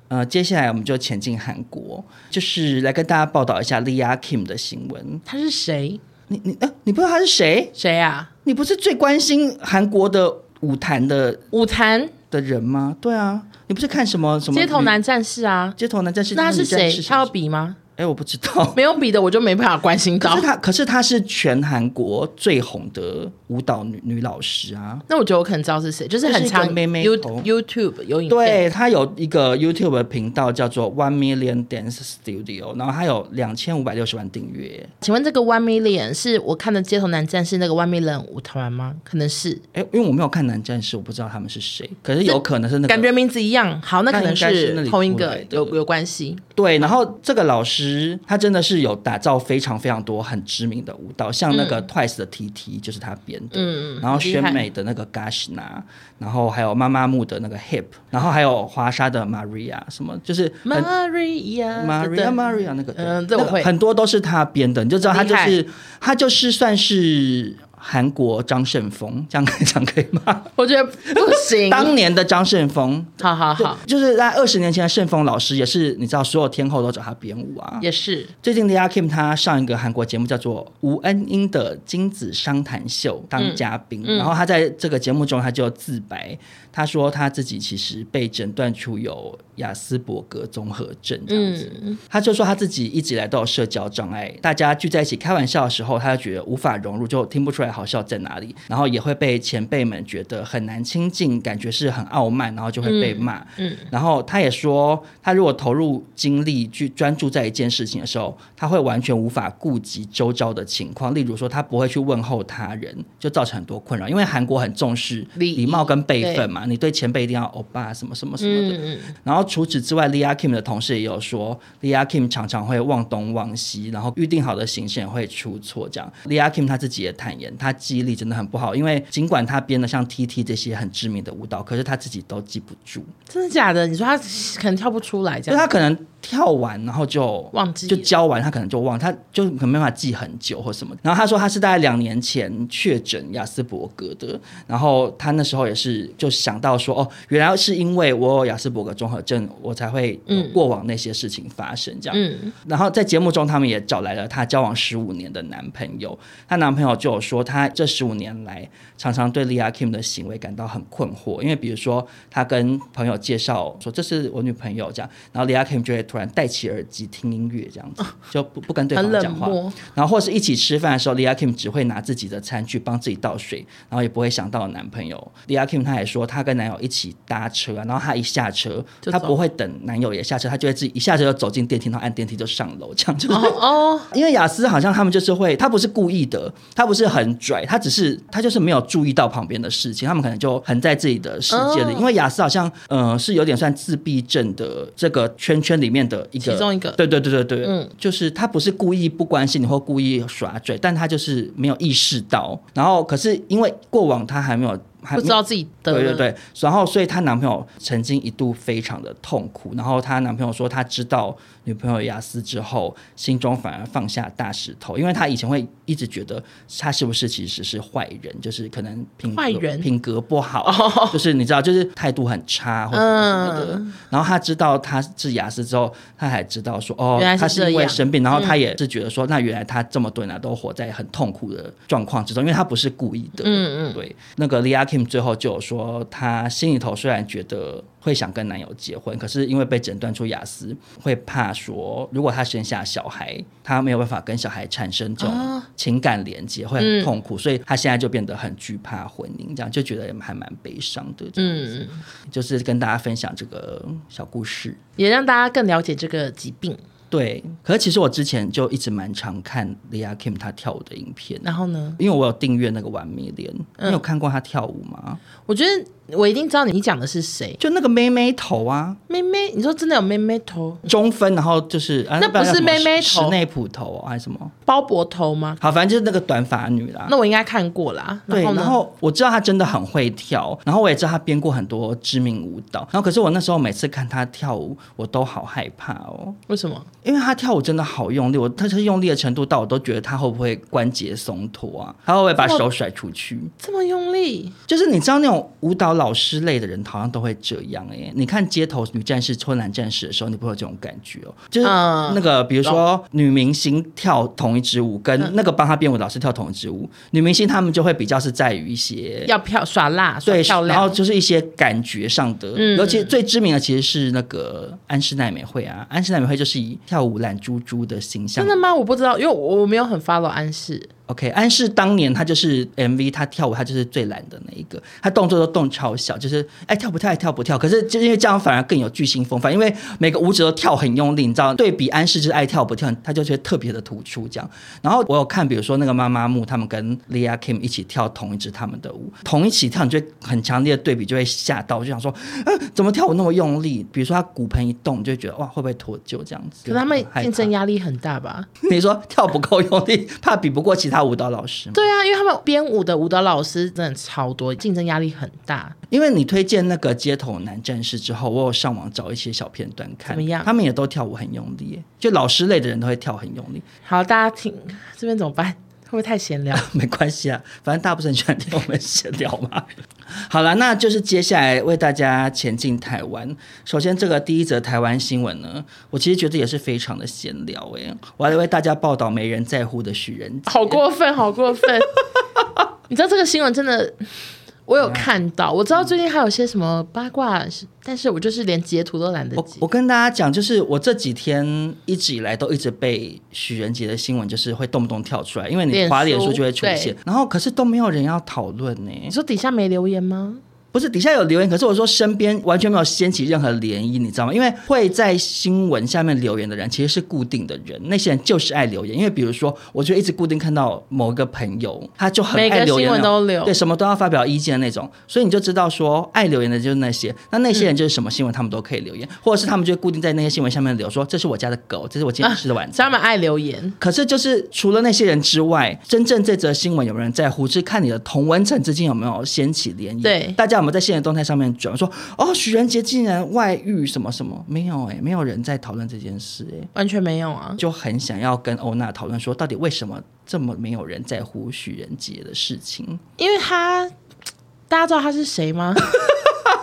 B: 呃，接下来我们就前进韩国，就是来跟大家报道一下 Lia Kim 的新闻。
A: 他是谁？
B: 你你呃，你不知道他是谁？
A: 谁啊？
B: 你不是最关心韩国的舞坛的
A: 舞坛
B: 的人吗？对啊，你不是看什么什么
A: 街头
B: 女
A: 男战士啊？
B: 街头男战士？
A: 那他是
B: 女战
A: 谁
B: 士？什
A: 他
B: 么
A: 要比吗？
B: 哎，我不知 道。
A: 没有比的，我就没办法关心
B: 可
A: 到
B: 是。他，可是他是全韩国最红的舞蹈女女老师啊！
A: 那我觉得我可能知道是谁，就是
B: 就是
A: 很
B: 一个
A: 常
B: 妹妹
A: You
B: 头
A: YouTube 有影片，
B: 对他有一个 YouTube 的频道叫做 One Million Dance Studio，然后他有两千五百六十万订阅。
A: 请问这个 One Million 是我看的《街头男战士》那个 One Million 舞团吗？可能是，
B: 哎，因为我没有看男战士，我不知道他们是谁，可是有可能是那个
A: 感觉名字一样。好，那
B: 那
A: 可能
B: 应该是那里
A: 同一
B: 出
A: 个
B: 来的
A: 有有关系。
B: 对。然后这个老师他真的是有打造非常非常多很知名的舞蹈，像那个 Twice 的 TT 就是他编的，
A: 嗯
B: 然后
A: 很厉害
B: 选美的那个 Gashna，然后还有妈妈木的那个 Hip，然后还有华沙的 Maria 什么，就是很。
A: Maria
B: Maria Maria 那个，对
A: 嗯，这我
B: 那个
A: 会。
B: 很多都是他编的，你就知道他就
A: 很厉
B: 是他就是算是韩国张胜峰，这样 可以这样可以吗？
A: 我觉得不行。
B: 当年的张胜峰，
A: 好好啊好，
B: 就啊就是在二十年前的胜峰老师也是，你知道所有天后都找他编舞啊。
A: 也是
B: 最近的 a Kim 他上一个韩国节目叫做《吴恩英的金子商谈秀》当嘉宾，
A: 嗯
B: 然后他在这个节目中他就自白，他说他自己其实被诊断出有雅斯伯格综合症这样子，
A: 嗯
B: 他就说他自己一直以来都有社交障碍，大家聚在一起开玩笑的时候，他就觉得无法融入，就听不出来好笑在哪里，然后也会被前辈们觉得很难亲近，感觉是很傲慢，然后就会被骂。然后他也说，他如果投入精力去专注在一件事情的时候，他会完全无法顾及周遭的情况。例如说，他不会去问候他人，就造成很多困扰。因为韩国很重视
A: 礼仪
B: 礼貌跟辈分嘛，你对前辈一定要欧巴什么什么什么的。
A: 嗯嗯，
B: 然后除此之外，Lia Kim 的同事也有说，Lia Kim 常常会忘东忘西，然后预定好的行程也会出错。这样，Lia Kim 她自己也坦言，她记忆力真的很不好，因为尽管她编了像 TT 这些很知名的舞蹈，可是她自己都记不住。
A: 真的假的？你说他可能跳不出来这
B: 就
A: 样，
B: 他可能跳完，然后就
A: 忘记
B: 就
A: 了
B: 教完，他可能就忘，他就可能没办法记很久或什么。然后他说他是大概两年前确诊雅斯伯格的，然后他那时候也是就想到说，哦，原来是因为我有雅斯伯格综合症，我才会有过往那些事情发生这样。
A: 嗯
B: 然后在节目中，他们也找来了她交往十五年的男朋友。她男朋友就有说，她这十五年来常常对 Lia Kim 的行为感到很困惑，因为比如说，她跟朋友介绍说这是我女朋友这样，然后 Lia Kim 就会突然戴起耳机听音乐这样子，就不不跟对
A: 很
B: 方
A: 冷
B: 讲话。
A: 漠，
B: 然后或是一起吃饭的时候，Lia Kim 只会拿自己的餐具帮自己倒水，然后也不会想到男朋友。Lia Kim 她也说，她跟男友一起搭车，然后她一下车，
A: 就
B: 她
A: 走
B: 不会等男友也下车，她就会自己一下车就走进电梯，然后按电梯就上楼，这样就是。
A: 哦哦，
B: 因为雅思好像他们就是会，他不是故意的，他不是很拽，他只是他就是没有注意到旁边的事情，他们可能就很在自己的世界里。
A: 哦
B: 因为雅思好像呃是有点算自闭症的这个圈圈里面的一个
A: 其中一个
B: 对对对对对，
A: 嗯
B: 就是他不是故意不关心你或故意耍拽，但他就是没有意识到。然后可是因为过往他还没有还
A: 不
B: 没
A: 知
B: 有
A: 道自己得
B: 对对
A: 了，
B: 对，然后所以她男朋友曾经一度非常的痛苦，然后她男朋友说他知道女朋友雅思之后，心中反而放下大石头，因为他以前会一直觉得他是不是其实是坏人，就是可能品格
A: 坏人
B: 品格不好，就是你知道，就是态度很差
A: 嗯
B: 或者什么的。然后他知道他是雅思之后，他还知道说哦
A: 原来，是
B: 他是因
A: 这
B: 为
A: 样
B: 生病，
A: 嗯
B: 然后他也是觉得说，那原来他这么多年来都活在很痛苦的状况之中，因为他不是故意的。
A: 嗯嗯，
B: 对，那个 Lia Kim 最后就有说，她心里头虽然觉得会想跟男友结婚，可是因为被诊断出雅思，会怕说如果她生下小孩，她没有办法跟小孩产生这
A: 哦
B: 种情感连接，会
A: 嗯
B: 很痛苦，所以她现在就变得很惧怕婚姻，这样就觉得还蛮悲伤的。这样子，
A: 嗯
B: 就是跟大家分享这个小故事。
A: 也让大家更了解这个疾病。
B: 对，可是其实我之前就一直蛮常看 Lia Kim 她跳舞的影片，
A: 然后呢，
B: 因为我有订阅那个完美脸，
A: 嗯
B: 你有看过她跳舞吗？
A: 我觉得我一定知道你讲的是谁。
B: 就那个妹妹头啊，
A: 妹妹，你说真的有妹妹头、
B: 中分，然后就是、啊、
A: 那不
B: 然叫
A: 是
B: 什么
A: 妹妹
B: 史
A: 头
B: 内普头、啊、还是什么？
A: 包脖头吗？
B: 好，反正就是那个短发女啦。
A: 那我应该看过啦。
B: 啊对，
A: 后
B: 然
A: 呢？
B: 后我知道她真的很会跳，然后我也知道她编过很多知名舞蹈，然后可是我那时候每次看她跳舞，我都好害怕哦，
A: 为什么？
B: 因为她跳舞真的好用力，我她是用力的程度到我都觉得她会不会关节松脱啊，她会不会把
A: 这么
B: 手甩出去？
A: 这么用力？
B: 就是你知道那种舞蹈老师类的人好像都会这样哎、你看街头女战士、春兰战士的时候，你不会有这种感觉哦。就是
A: 嗯
B: 那个，比如说女明星跳同一支舞，
A: 嗯
B: 跟那个帮她编舞老师跳同一支舞，女明星她们就会比较是在于一些。
A: 要漂耍辣，耍
B: 对，
A: 漂
B: 然后
A: 亮。
B: 就是一些感觉上的，
A: 嗯
B: 尤其最知名的其实是那个安室奈美惠啊，安室奈美惠就是以跳舞懒猪猪的形象
A: 真的吗？我不知道，因为我我没有很 follow 安室。
B: OK，安室当年他就是 MV，他跳舞他就是最懒的那一个，他动作都动超小，就是爱跳不跳爱跳不跳。可是就是因为这样反而更有巨星风范，因为每个舞者都跳很用力，你知道，对比安室就是爱跳不跳，他就觉得特别的突出这样。然后我有看，比如说那个妈妈木他们跟 Lia Kim 一起跳同一支他们的舞，同一起跳，你就会很强烈的对比就会吓到，就想说，嗯、怎么跳舞那么用力？比如说他骨盆一动，你就会觉得哇会不会脱臼这样子？
A: 可是他们
B: 害怕
A: 竞争压力很大吧？
B: 你说跳不够用力，怕比不过其他舞蹈老师吗？
A: 对啊，因为他们编舞的舞蹈老师真的超多，竞争压力很大。
B: 因为你推荐那个街头男战士之后，我有上网找一些小片段
A: 怎
B: 看，
A: 么样
B: 他们也都跳舞很用力耶，就老师类的人都会跳很用力，
A: 好，大家听这边怎么办？会不会太闲聊？
B: 没关系啊，反正大部分人喜欢听我们闲聊嘛。 好了，那就是接下来为大家前进台湾。首先，这个第一则台湾新闻呢，我其实觉得也是非常的闲聊诶，我还为大家报道没人在乎的许人节
A: 好过分，好过分！ 你知道这个新闻真的，我有看到，我知道最近还有些什么八卦，但是我就是连截图都懒得
B: 我
A: 截。
B: 我跟大家讲，就是我这几天一直以来都一直被许仁杰的新闻，就是会动不动跳出来，因为你
A: 脸
B: 滑脸
A: 书
B: 书就会出现
A: 对，
B: 然后可是都没有人要讨论呢。
A: 你说底下没留言吗？
B: 不是底下有留言，可是我说身边完全没有掀起任何涟漪，你知道吗？因为会在新闻下面留言的人其实是固定的人，那些人就是爱留言。因为比如说，我就一直固定看到某个朋友，他就很
A: 每个
B: 爱留
A: 新
B: 言那
A: 闻
B: 种，
A: 都留
B: 对，什哦么都要发表意见的那种，所以你就知道说爱留言的就是那些，那那些人就是什么新闻他们都可以留言，或者是他们就固定在那些新闻下面留说这是我家的狗，啊这是我今天吃的晚
A: 只
B: 餐。
A: 要他们爱留言，
B: 可是，就是除了那些人之外，真正这则新闻有没有人在乎，是看你的同文层之间有没有掀起涟漪。
A: 对
B: 大家有没有在现实动态上面转说，哦，许仁杰竟然外遇什么什么？没有哎、没有人在讨论这件事哎、
A: 完全没有啊。
B: 就很想要跟欧娜讨论说，到底为什么这么没有人在乎许仁杰的事情？
A: 因为他，大家知道他是谁 吗？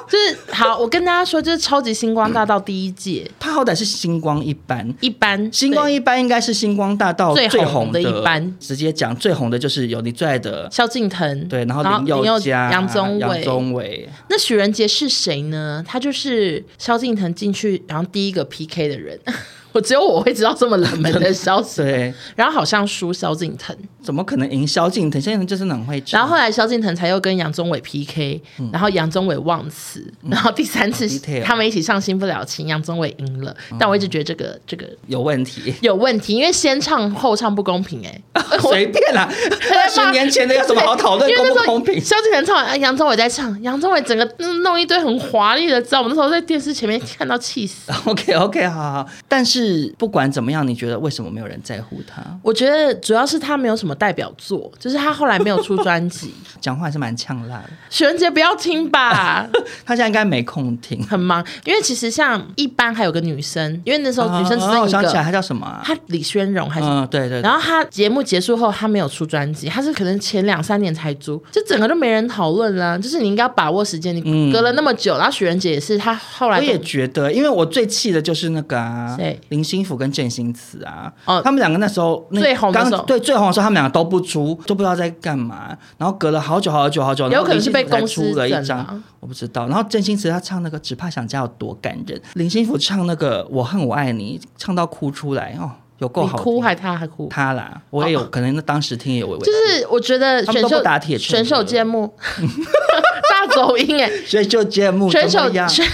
A: 就是好，我跟大家说，就是《超级星光大道》第一届，
B: 他好歹是星光一班。
A: 一般
B: 星光
A: 对
B: 一班应该是星光大道
A: 最
B: 最
A: 红的
B: 的
A: 一班
B: 直接讲最红的就是有你最爱的
A: 萧敬腾，
B: 对，然后林
A: 林
B: 宥
A: 宥
B: 嘉、啊
A: 杨宗
B: 杨
A: 纬。
B: 宗纬，
A: 那许仁杰是谁呢？他就是萧敬腾进去然后第一个 PK 的人。 我只有我会知道这么冷门的消息，
B: 对，
A: 然后好像输萧敬腾，
B: 怎么可能赢萧敬腾？萧敬腾就是很会唱，
A: 然后后来萧敬腾才又跟杨宗纬 PK，、然后杨宗纬忘词，然后第三次
B: 嗯好 detail 嗯
A: 他们一起上《新不了情》，杨宗纬赢了，但我一直觉得这个这个。
B: 有问题
A: 有问题，因为先唱后唱不公平 哎、 我
B: 随 便啦，二十年前的有什么好讨论
A: 因为
B: 公
A: 那时
B: 不
A: 候
B: 公平？
A: 萧敬腾唱完，啊杨宗纬在唱，杨宗纬整个嗯弄一堆很华丽的照，我那时候在电视前面看到气死。
B: OK OK，好好。但是不管怎么样，你觉得为什么没有人在乎他？
A: 我觉得主要是他没有什么代表作，就是他后来没有出专 辑。
B: 讲话还是蛮呛辣的。
A: 许文杰不要听吧，
B: 他现在应该没空听。
A: 很忙。因为其实像一般还有个女生，因为那时候女生只
B: 哦
A: 剩
B: 我
A: 一
B: 想起来，
A: 个，
B: 他叫什么啊？
A: 她李宣荣还是。
B: 嗯，对对对
A: 然后她节目结束后，她没有出专辑，她是可能前两三年才出，就整个都没人讨论啦。就是你应该要把握时间，你隔了那么久，然后许文杰也是，她后来
B: 嗯
A: 都
B: 我也觉得，因为我最气的就是那个啊
A: 谁，
B: 林心如跟郑兴慈啊，
A: 哦
B: 他们两个那时候那
A: 最红的时候
B: 刚对最红的时候，他们两个都不出，都不知道在干嘛。然后隔了好久好久好久，然
A: 有
B: 后
A: 可能
B: 林
A: 是
B: 心
A: 被
B: 如才
A: 公司
B: 出了一
A: 整
B: 张，
A: 啊
B: 我不知道。然后郑兴慈他唱那个《只怕想家》有多感人，林心如唱那个《我恨我爱你》，唱到哭出来哦，有够
A: 你
B: 好听。
A: 哭还她还哭，
B: 他啦，我也有、可能，那当时听也有微微
A: 就
B: 的
A: 是我觉得
B: 他们
A: 选
B: 都
A: 秀
B: 不打铁趁
A: 选手
B: 热
A: 节目大走音哎、
B: 所以就节目
A: 选手
B: 怎么样
A: 选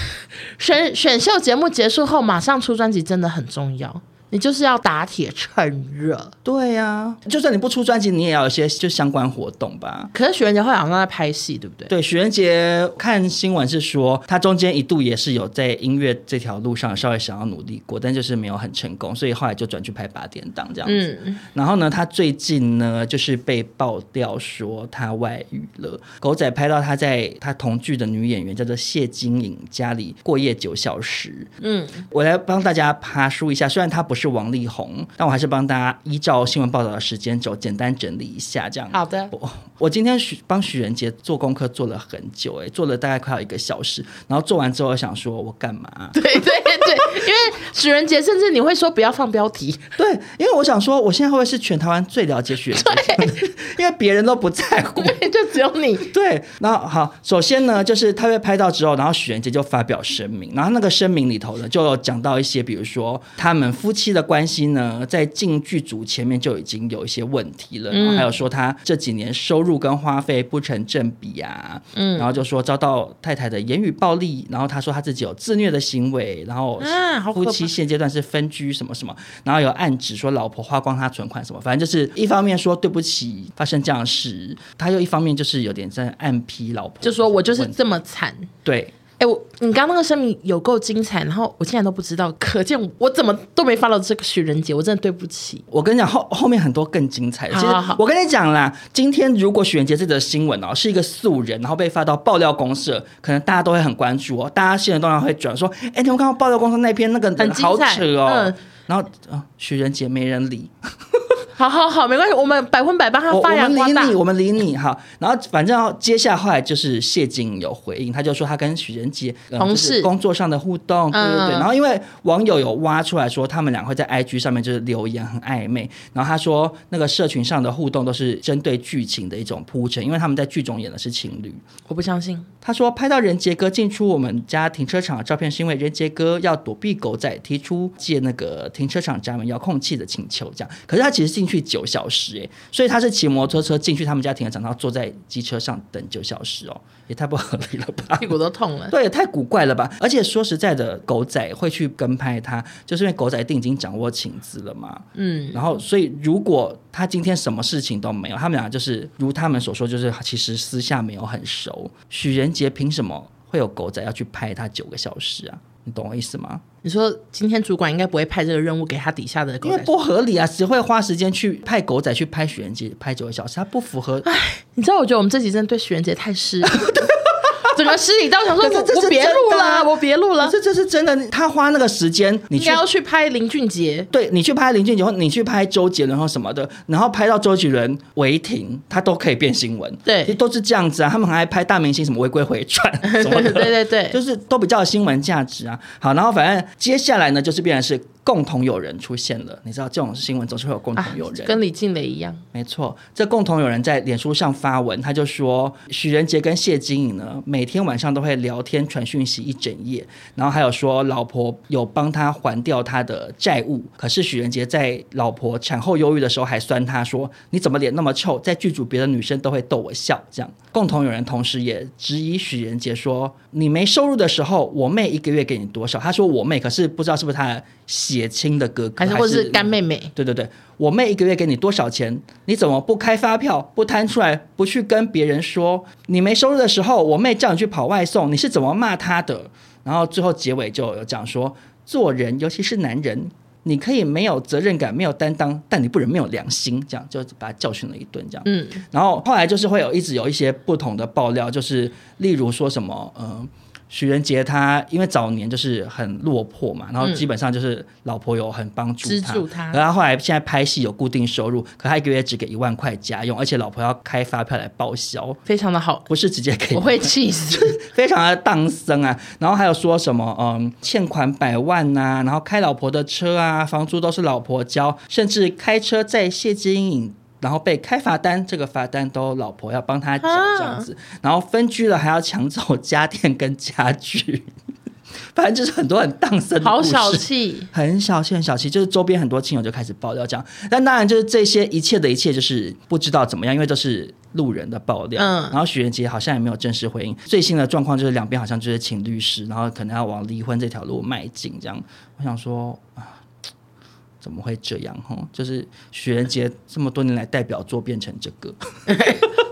A: 选选秀节目结束后马上出专辑真的很重要。你就是要打铁趁热。
B: 对呀、就算你不出专辑，你也要有一些就相关活动吧。
A: 可是许仁杰后来好像在拍戏，对不对？
B: 对，许仁杰看新闻是说，他中间一度也是有在音乐这条路上稍微想要努力过，但就是没有很成功，所以后来就转去拍八点档这样子。
A: 嗯，
B: 然后呢，他最近呢就是被爆料说他外遇了，狗仔拍到他在他同剧的女演员叫做谢金颖家里过夜九小时。
A: 嗯，
B: 我来帮大家爬梳一下，虽然她不是王力宏，但我还是帮大家依照新闻报道的时间轴简单整理一下这样。
A: 好的，
B: 我我今天许帮许仁杰做功课做了很久、欸，哎，做了大概快要一个小时，然后做完之后我想说，我干嘛、啊
A: 对 对对，因为许仁杰甚至你会说不要放标题，
B: 对，因为我想说，我现在会不会是全台湾最了解许仁杰的人？因为别人都不在乎。
A: 对，就只有你。
B: 对，然后好，首先呢，就是他被拍到之后，然后许仁杰就发表声明，然后那个声明里头呢，就有讲到一些，比如说他们夫妻的关系呢，在进剧组前面就已经有一些问题了，
A: 嗯
B: 然后还有说他这几年收入跟花费不成正比啊，嗯，然后就说遭到太太的言语暴力，然后他说他自己有自虐的行为，然后
A: 啊好可
B: 夫妻
A: 怕
B: 现阶段是分居什么什么，然后有暗指说老婆花光他存款什么，反正就是一方面说对不起发生这样的事，他又一方面就是有点在暗批老婆，
A: 就说我就是这么惨。
B: 对。
A: 哎、我你刚刚那个声明有够精彩，然后我竟然都不知道，可见我怎么都没 follow 这个许仁杰，我真的对不起。
B: 我跟你讲，后后面很多更精彩的。其实
A: 好好好
B: 我跟你讲啦，今天如果许仁杰这则新闻哦是一个素人，然后被发到爆料公社，可能大家都会很关注哦，大家新闻都常会转说，哎，你们看到爆料公社那篇那个人
A: 很精
B: 好
A: 彩
B: 扯哦。
A: 嗯
B: 然后啊，许仁杰没人理，
A: 好好好，没关系，哦我们百分百帮他
B: 我我
A: 发扬
B: 们
A: 光大
B: 理你，。我们理你哈。然后反正接下来就是谢金有回应，他就说他跟许仁杰、呃
A: 同
B: 就是
A: 事
B: 工作上的互动，对对对。
A: 嗯
B: 然后因为网友有挖出来说他们俩会在 IG 上面就是留言很暧昧，然后他说那个社群上的互动都是针对剧情的一种铺陈，因为他们在剧中演的是情侣。
A: 我不相信，
B: 他说拍到任杰哥进出我们家停车场的照片，是因为任杰哥要躲避狗仔提出借那个停车场闸门遥控器的请求，这样。可是他其实进去九小时、哎，所以他是骑摩托车进去他们家停车场，然后坐在机车上等九小时哦，也太不合理了吧
A: 屁？股都痛了。
B: 对，也太古怪了吧！而且说实在的，狗仔会去跟拍他，就是因为狗仔一定已经掌握情资了嘛。
A: 嗯，
B: 然后，所以如果他今天什么事情都没有，他们俩就是如他们所说，就是其实私下没有很熟。许仁杰凭什么会有狗仔要去拍他九个小时啊？你懂我意思吗？
A: 你说今天主管应该不会派这个任务给他底下的狗
B: 因为
A: 仔，
B: 不合理啊，谁会花时间去派狗仔去拍许仁杰拍九个小时？啊 他不符合。
A: 你知道？我觉得我们这集真的对许仁杰太失 礼了，整个失礼到想说，
B: 可是
A: 我
B: 这是
A: 我别录
B: 真的啊
A: 了，我别录了，
B: 这这是真的，他花那个时间，你
A: 应
B: 去
A: 该要去拍林俊杰。
B: 对你去拍林俊杰，或你去拍周杰伦或什么的，然后拍到周杰伦违停，他都可以变新闻。
A: 对
B: 其实都是这样子啊。他们很爱拍大明星什么违规回转 什么
A: 对
B: 的，
A: 对对，
B: 哦就是都比较有新闻价值啊。好，然后反正接下来呢，就是变成是共同友人出现了。你知道这种新闻总是会有共同
A: 啊
B: 友人，
A: 跟李静蕾一样。
B: 没错。这共同友人在脸书上发文，他就说许仁杰跟谢金颖呢，每天晚上都会聊天传讯息一整夜，然后还有说老婆有帮他还掉他的债务，可是许仁杰在老婆产后忧郁的时候还酸他说你怎么脸那么臭，在剧组别的女生都会逗我笑这样。共同友人同时也质疑许仁杰说你没收入的时候，我妹一个月给你多少？他说我妹，可是不知道是不是他的血亲的哥哥，
A: 还是或者是干妹妹，
B: 对对对，我妹一个月给你多少钱？你怎么不开发票，不摊出来，不去跟别人说？你没收入的时候，我妹叫你去跑外送，你是怎么骂她的？然后最后结尾就有讲说，做人尤其是男人，你可以没有责任感、没有担当，但你不能没有良心，这样就把他教训了一顿，这样。
A: 嗯，
B: 然后后来就是会有一直有一些不同的爆料，就是例如说什么，嗯、许仁杰他因为早年就是很落魄嘛，然后基本上就是老婆有很帮助
A: 资
B: 他，
A: 助他
B: 可他后来现在拍戏有固定收入，可他一个月只给一万块家用，而且老婆要开发票来报销，
A: 非常的好，
B: 不是直接给
A: 我会气死。
B: 非常的荡生啊。然后还有说什么嗯，欠款百万呐、然后开老婆的车啊，房租都是老婆交，甚至开车载谢金颖。然后被开罚单，这个罚单都老婆要帮他缴
A: 啊
B: 这样子，然后分居了还要抢走家电跟家具， 反正就是很多很荡生的
A: 好
B: 故事
A: 小气。
B: 很小气，很小气，就是周边很多亲友就开始爆料这样。但当然，就是这些一切的一切，就是不知道怎么样，因为都是路人的爆料。
A: 嗯
B: 然后许仁杰好像也没有正式回应。最新的状况就是两边好像就是请律师，然后可能要往离婚这条路迈进这样。我想说啊，怎么会这样？吼，就是许仁杰这么多年来代表作变成这 个，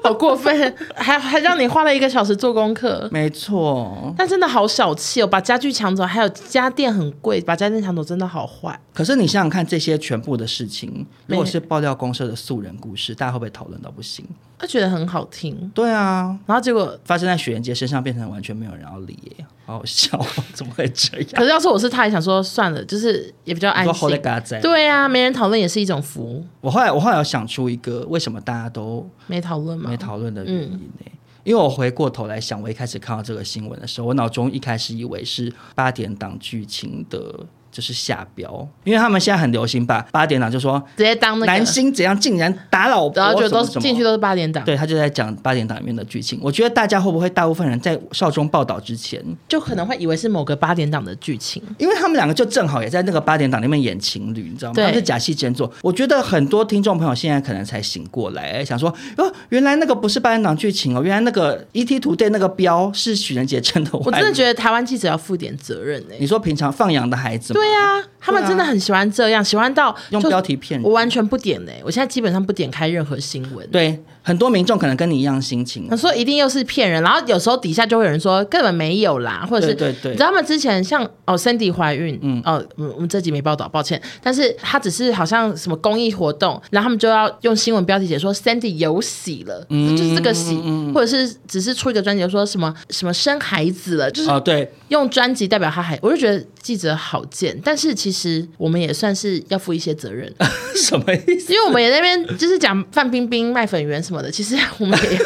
A: 好过分， 还还让你花了一个小时做功课。
B: 没错。
A: 但真的好小气哦，把家具抢走，还有家电很贵，把家电抢走真的好坏。
B: 可是你想想看，这些全部的事情，如果是爆料公社的素人故事，大家会不会讨论到不行？
A: 他觉得很好听，
B: 对啊，
A: 然后结果，
B: 发生在许仁杰身上，变成完全没有人要理耶，好好笑哦，怎么会这样？
A: 可是要是我是他，也想说算了，就是也比较安
B: 你说活在
A: 心。
B: 嘎仔，
A: 对啊，没人讨论也是一种福，
B: 我后来我后来有想出一个为什么大家都
A: 没讨论嘛
B: 没。讨论的原因呢、因为我回过头来想，我一开始看到这个新闻的时候，我脑中一开始以为是八点档剧情的，就是下标，因为他们现在很流行把八点档就说、
A: 直接当那个
B: 男，星怎样竟然打老婆，
A: 然后就都
B: 什么什么
A: 进去都是八点档，
B: 对他就在讲八点档里面的剧情。我觉得大家会不会大部分人在少中报道之前，
A: 就可能会以为是某个八点档的剧情。
B: 因为他们两个就正好也在那个八点档里面演情侣，你知道吗？
A: 对
B: 他们是假戏真做。我觉得很多听众朋友现在可能才醒过来，想说哦，原来那个不是八点档剧情哦，原来那个 ET 图对那个标是许仁杰真的外遇。
A: 我真的觉得台湾记者要负点责任哎、
B: 你说平常放羊的孩子吗，
A: 对啊，他们真的很喜欢这样，喜欢到
B: 用
A: 就
B: 标题骗人
A: 我完全不点哎、我现在基本上不点开任何新闻。
B: 对，很多民众可能跟你一样心情
A: 他。说一定又是骗人，然后有时候底下就会有人说根本没有啦，或者是
B: 对对对
A: 你知道他们之前像哦 Cindy 怀孕，嗯哦，嗯我们这集没报道，抱歉，但是他只是好像什么公益活动，然后他们就要用新闻标题写说 Cindy 有喜了，
B: 嗯
A: 就是这个喜，或者是只是出一个专辑就说什么什么生孩子了，就是
B: 哦，对，
A: 用专辑代表他还，我就觉得记者好贱，但是其实我们也算是要负一些责任，
B: 什么意思？
A: 因为我们也在那边就是讲范冰冰卖粉圆什么的，其实我们 也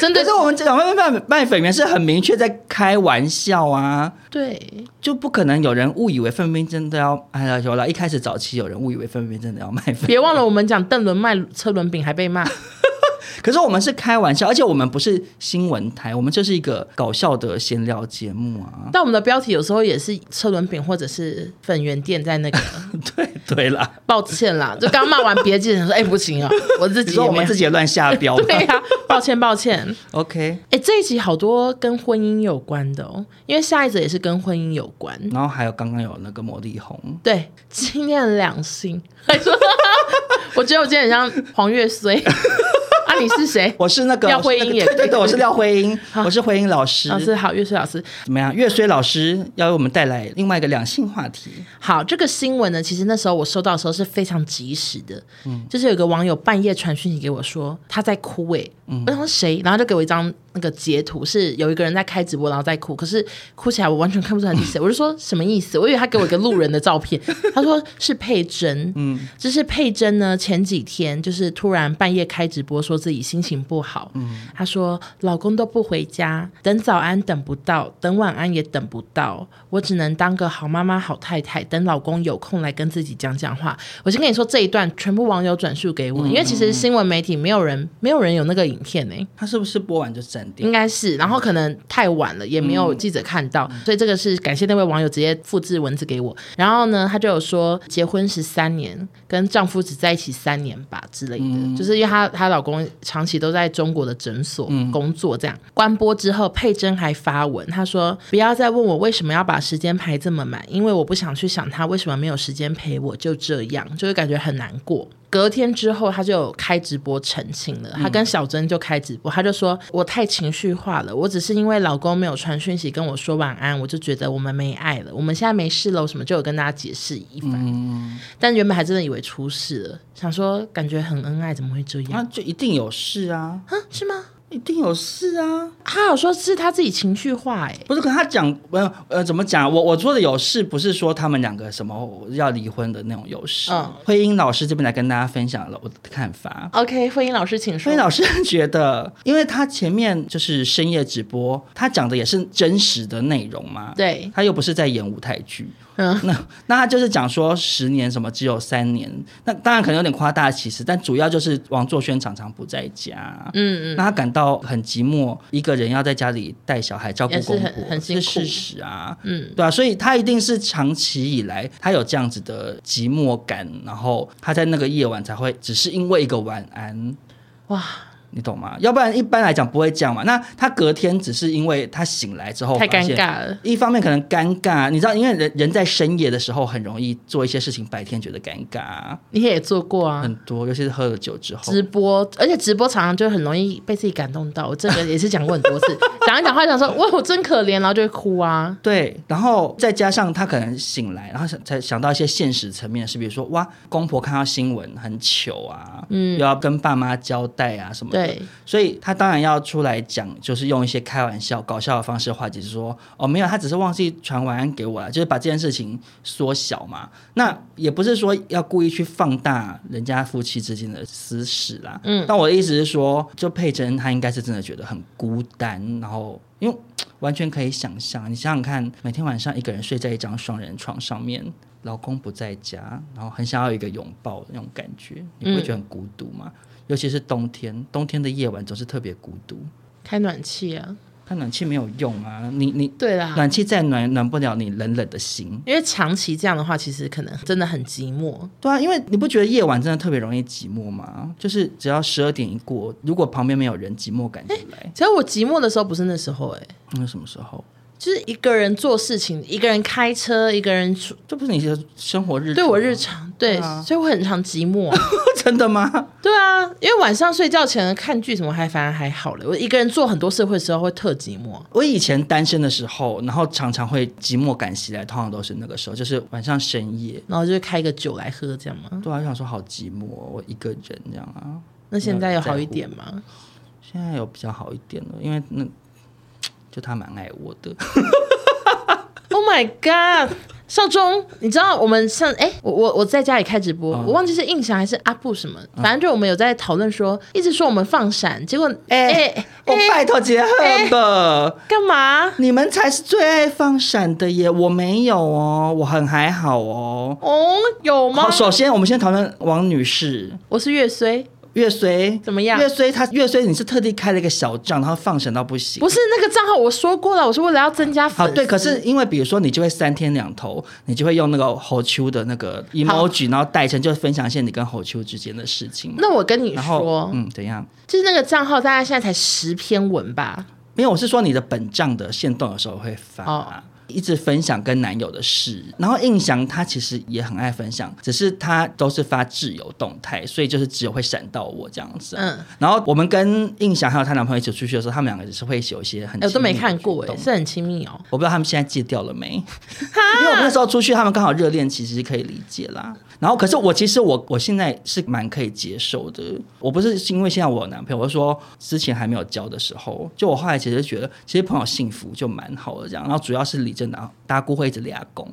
A: 真的
B: 可是我们这两位卖卖粉员是很明确在开玩笑啊，
A: 对，
B: 就不可能有人误以为范冰冰真的要哎呀，有了一开始早期有人误以为范冰冰真的要卖粉
A: 别忘了我们讲邓伦卖车轮饼还被 骂，
B: 可是我们是开玩笑，而且我们不是新闻台，我们就是一个搞笑的闲聊节 目啊。
A: 但我们的标题有时候也是车轮饼或者是粉圆店在那个，
B: 对对啦，
A: 抱歉啦， 就刚骂完别记者说，哎、不 行啊，我自
B: 你
A: 己
B: 说我们自
A: 己
B: 己也乱下标吗
A: 对呀、啊抱歉抱歉。
B: ？OK，
A: 哎、这一集好多跟婚姻有关的哦，因为下一则也是跟婚姻有关。
B: 然后还有刚刚有那个魔力红，
A: 对，纪念两性， 还说，我觉得我今天很像黄月虽 啊，你是谁？
B: 我是那个
A: 廖慧英也
B: 我是那个对对对，我是廖慧英，
A: 好
B: 我是慧英老师。
A: 老师好，月虽老师
B: 怎么样？岳虽老师要为我们带来另外一个两性话题，
A: 好。这个新闻呢，其实那时候我收到的时候是非常及时的，就是有个网友半夜传讯息给我说他在哭诶、我想说谁，然后就给我一张那个截图，是有一个人在开直播，然后在哭，可是哭起来我完全看不出来是谁，我就说什么意思？我以为他给我一个路人的照片，他说是佩珍，嗯，就是佩珍呢，前几天就是突然半夜开直播，说自己心情不好。嗯，她说老公都不回家，等早安等不到，等晚安也等不到，我只能当个好妈妈、好太太，等老公有空来跟自己讲讲话。我先跟你说这一段，全部网友转述给我，因为其实新闻媒体没有人没有人有那个影片呢、
B: 他是不是播完就暂定？
A: 应该是，然后可能太晚了，也没有记者看到，所以这个是感谢那位网友直接复制文字给我。然后呢，他就有说结婚十三年，跟丈夫只在一起三年吧之类的，就是因为她她老公长期都在中国的诊所工作，这样、关播之后，佩珍还发文，她说不要再问我为什么要把时间排这么满，因为我不想去想他为什么没有时间陪我，就这样，就会感觉很难过。隔天之后，他就有开直播澄清了。他跟小珍就开直播，他就说：“我太情绪化了，我只是因为老公没有传讯息跟我说晚安，我就觉得我们没爱了，我们现在没事了，什么就有跟大家解释一番。但原本还真的以为出事了，想说感觉很恩爱，怎么会这样？
B: 那就一定有事啊，
A: 啊，是吗？
B: 一定有事啊。
A: 他有说是他自己情绪化、欸，
B: 不是，可他讲，呃呃，怎么讲？我我说的有事，不是说他们两个什么要离婚的那种有事。
A: 嗯
B: 慧英老师这边来跟大家分享了我的看法。
A: OK，慧英老师请说
B: 慧英。老师觉得，因为他前面就是深夜直播，他讲的也是真实的内容嘛，
A: 对，
B: 他又不是在演舞台剧，
A: 嗯
B: 那那他就是讲说十年什么只有三年，那当然可能有点夸大其词，但主要就是王作轩常常不在家，
A: 嗯嗯，
B: 那他感到很寂寞，一个人要在家里带小孩、照顾
A: 也是
B: 公婆
A: 很，很
B: 这
A: 辛
B: 是事
A: 苦
B: 实啊。
A: 嗯，
B: 对啊，所以他一定是长期以来他有这样子的寂寞感，然后他在那个夜晚才会，只是因为一个晚安，
A: 哇，
B: 你懂吗？要不然一般来讲不会这样嘛。那他隔天只是因为他醒来之后
A: 太
B: 发
A: 尴
B: 现
A: 尬了。
B: 一方面可能尴尬，你知道，因为人人在深夜的时候很容易做一些事情，白天觉得尴尬
A: 你也做过啊，
B: 很多，尤其是喝了酒之后
A: 直。播，而且直播常常就很容易被自己感动到。我这个也是讲过很多 次，讲一讲话想说哇，我真可怜，然后就会哭啊。
B: 对，然后再加上他可能醒来，然后想才想到一些现实层面的事，比如说哇，公婆看到新闻很糗啊，嗯，又要跟爸妈交代啊
A: 嗯
B: 什么的，
A: 对，
B: 所以他当然要出来讲，就是用一些开玩笑、搞笑的方式化解，就是说哦没有，他只是忘记传晚安给我啊了，就是把这件事情缩小嘛。那也不是说要故意去放大人家夫妻之间的私事啦。嗯，但我的意思是说，就佩珍她应该是真的觉得很孤单，然后因为完全可以想象，你想想看，每天晚上一个人睡在一张双人床上面。老公不在家，然后很想要有一个拥抱的那种感觉，你不会觉得很孤独吗？尤其是冬天，冬天的夜晚总是特别孤独。
A: 开暖气啊，
B: 它暖气没有用啊，你你
A: 对啦，
B: 暖气再暖，暖不了你冷冷的心。
A: 因为长期这样的话，其实可能真的很寂寞。
B: 对啊，因为你不觉得夜晚真的特别容易寂寞吗？就是只要十二点一过，如果旁边没有人，寂寞感就来。
A: 其实我寂寞的时候不是那时候、欸，哎，
B: 那什么时候？
A: 就是一个人做事情，一个人开车，一个人出
B: 这不是你的生活日？
A: 对我日常，对，
B: 对啊
A: 所以我很常寂寞啊、
B: 真的吗？
A: 对啊，因为晚上睡觉前看剧什么还反而还好了。我一个人做很多事会的时候会特寂寞。
B: 我以前单身的时候，然后常常会寂寞感袭来，通常都是那个时候，就是晚上深夜。
A: 然后就开个酒来喝，这样吗？
B: 对啊，就想说好寂寞哦，我一个人这样啊。
A: 那现在有好一点吗？
B: 现在有比较好一点了，因为那就他蛮爱我 的。
A: Oh my god！少中，你知道我们上哎、我我我在家里开直播，
B: 嗯
A: 我忘记是印象还是阿布什么，反正就我们有在讨论说，一直说我们放闪，结果哎
B: 哎、
A: 哎
B: 我拜托杰赫的，
A: 干嘛？
B: 你们才是最爱放闪的耶！我没有哦，我很还好哦。
A: 哦，有吗
B: 好，？首先我们先讨论王女士
A: 我是月虽，
B: 月虽
A: 怎么样
B: 月虽她月虽，你是特地开了一个小账，然后放闪到不行。
A: 不是那个账号，我说过了，我是为了要增加粉
B: 好，
A: 丝。
B: 对，可是因为比如说，你就会三天两头，你就会用那个侯秋的那个 emoji，然后代称，就分享一些你跟侯秋之间的事情嘛。
A: 那我跟你
B: 然后
A: 说，
B: 嗯，怎样？
A: 就是那个账号大概现在才十篇文吧，
B: 没有，我是说你的本账的线动有时候会发。
A: 哦
B: 一直分享跟男友的事，然后印翔他其实也很爱分享，只是他都是发挚友动态，所以就是只有会闪到我这样子啊、
A: 嗯，
B: 然后我们跟印翔还有她男朋友一起出去的时候，他们两个只是会有一些很
A: 哎、我都没
B: 亲密的
A: 看过、
B: 举
A: 哎，
B: 动
A: 是很亲密哦。
B: 我不知道他们现在戒掉了没，因为我们那时候出去，他们刚好热恋，其实可以理解啦。然后，可是我其实我我现在是蛮可以接受的。我不是因为现在我有男朋友，我是说之前还没有交的时候，就我后来其实觉得，其实朋友幸福就蛮好的这样。然后主要是李正达大姑会一直俩拱，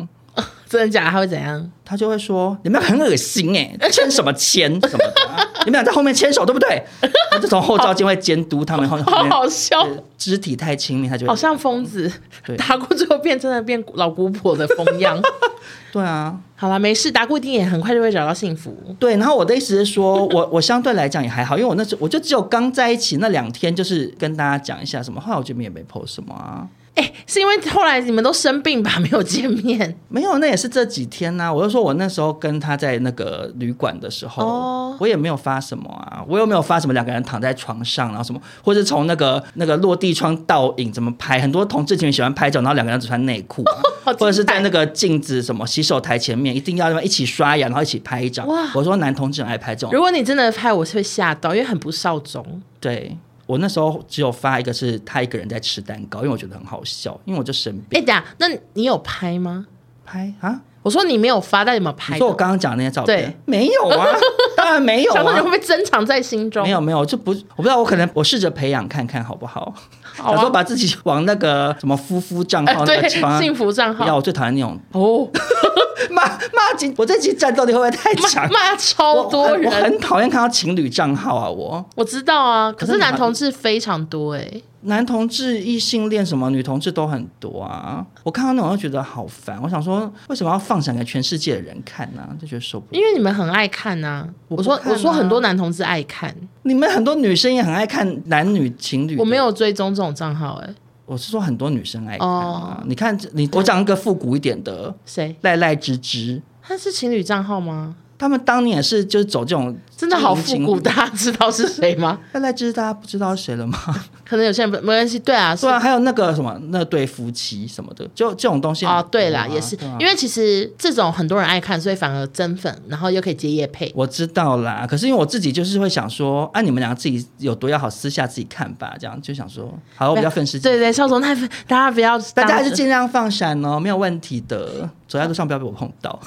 A: 真的假的？他会怎样？
B: 他就会说你们很恶心哎、 牵什么牵什么的啊、你们俩在后面牵手对不对？他就从后照镜会监督他们后后
A: 好
B: 面
A: 好笑，
B: 肢体太亲密，他就会
A: 好像疯子
B: 对
A: 打过之后变真的变老姑婆的疯 样。
B: 对啊。
A: 好啦，没事，打过一定也很快就会找到幸福。
B: 对，然后我的意思是说，我我相对来讲也还好，因为我那时候我就只有刚在一起那两天，就是跟大家讲一下什么，后来我觉得也没 PO 什么啊，
A: 哎、是因为后来你们都生病吧，没有见面。
B: 没有，那也是这几天呐、我就说我那时候跟他在那个旅馆的时候，
A: 哦
B: 我也没有发什么啊，我又没有发什么两个人躺在床上，然后什么，或者从那个那个落地窗倒影怎么拍，很多同志情侣喜欢拍照，然后两个人只穿内裤、啊
A: 好精彩，
B: 或者是在那个镜子什么洗手台前面，一定要一起刷牙，然后一起拍一张
A: 哇。
B: 我说男同志很爱拍这种
A: 如果你真的拍，我是会吓到，因为很不少种。
B: 对我那时候只有发一个是他一个人在吃蛋糕，因为我觉得很好笑，因为我就生
A: 哎、
B: 病
A: 等一下，那你有拍吗？
B: 拍啊。
A: 我说你没有发，但你有没有拍的？
B: 你说我刚刚讲的那些照
A: 对
B: 片，没有啊，当然没 有
A: 想说你会不
B: 啊。
A: 会珍藏在心中？
B: 没有没有，就不我不知道，我可能我试着培养看看好不好？
A: 好
B: 想说
A: 啊。
B: 把自己往那个什么夫妇账
A: 哎、
B: 号那
A: 对
B: 个地方，
A: 幸福账
B: 不要，
A: 号
B: 我最讨厌那种
A: 哦，
B: 骂骂情。我这期战斗力会不会太
A: 骂
B: 强？
A: 骂超
B: 我
A: 多
B: 我
A: 人，
B: 很讨厌看到情侣账号啊！我
A: 我知道啊，可
B: 可
A: 是
B: 是你
A: 男
B: 好
A: 同志非常多哎、
B: 男同志、异性恋什么，女同志都很多啊。我看到那种就觉得好烦，我想说为什么要放闪给全世界的人看呢、就觉得受不了。
A: 因为你们很爱看呐、我
B: 我不
A: 说、
B: 看啊
A: 我说很多男同志爱看，
B: 你们很多女生也很爱看男女情侣，
A: 我没，有追踪这种账号哎、
B: 我是说很多女生爱看、啊。
A: 哦
B: 你看这你，我讲一个复古一点的
A: 谁？
B: 赖赖芝芝，
A: 他是情侣账号吗？
B: 他们当年也是就是走这种
A: 真的好
B: 经营
A: 复
B: 情
A: 古，大家知道是谁吗？
B: 那赖知大家不知道是谁了吗？
A: 可能有些人不没关系，对啊，
B: 对啊，还有那个什么那对夫妻什么的，就这种东西
A: 哦，对啦，
B: 很多啊
A: 也是
B: 对啊，
A: 因为其实这种很多人爱看，所以反而增粉，然后又可以接夜配。
B: 我知道啦，可是因为我自己就是会想说，啊，你们两个自己有多要好，私下自己看吧，这样就想说，好，我比较分时间，
A: 对对，邵总太粉，大家不要，
B: 大家 还是尽量放闪哦，没有问题的，走在路上不要被我碰 到，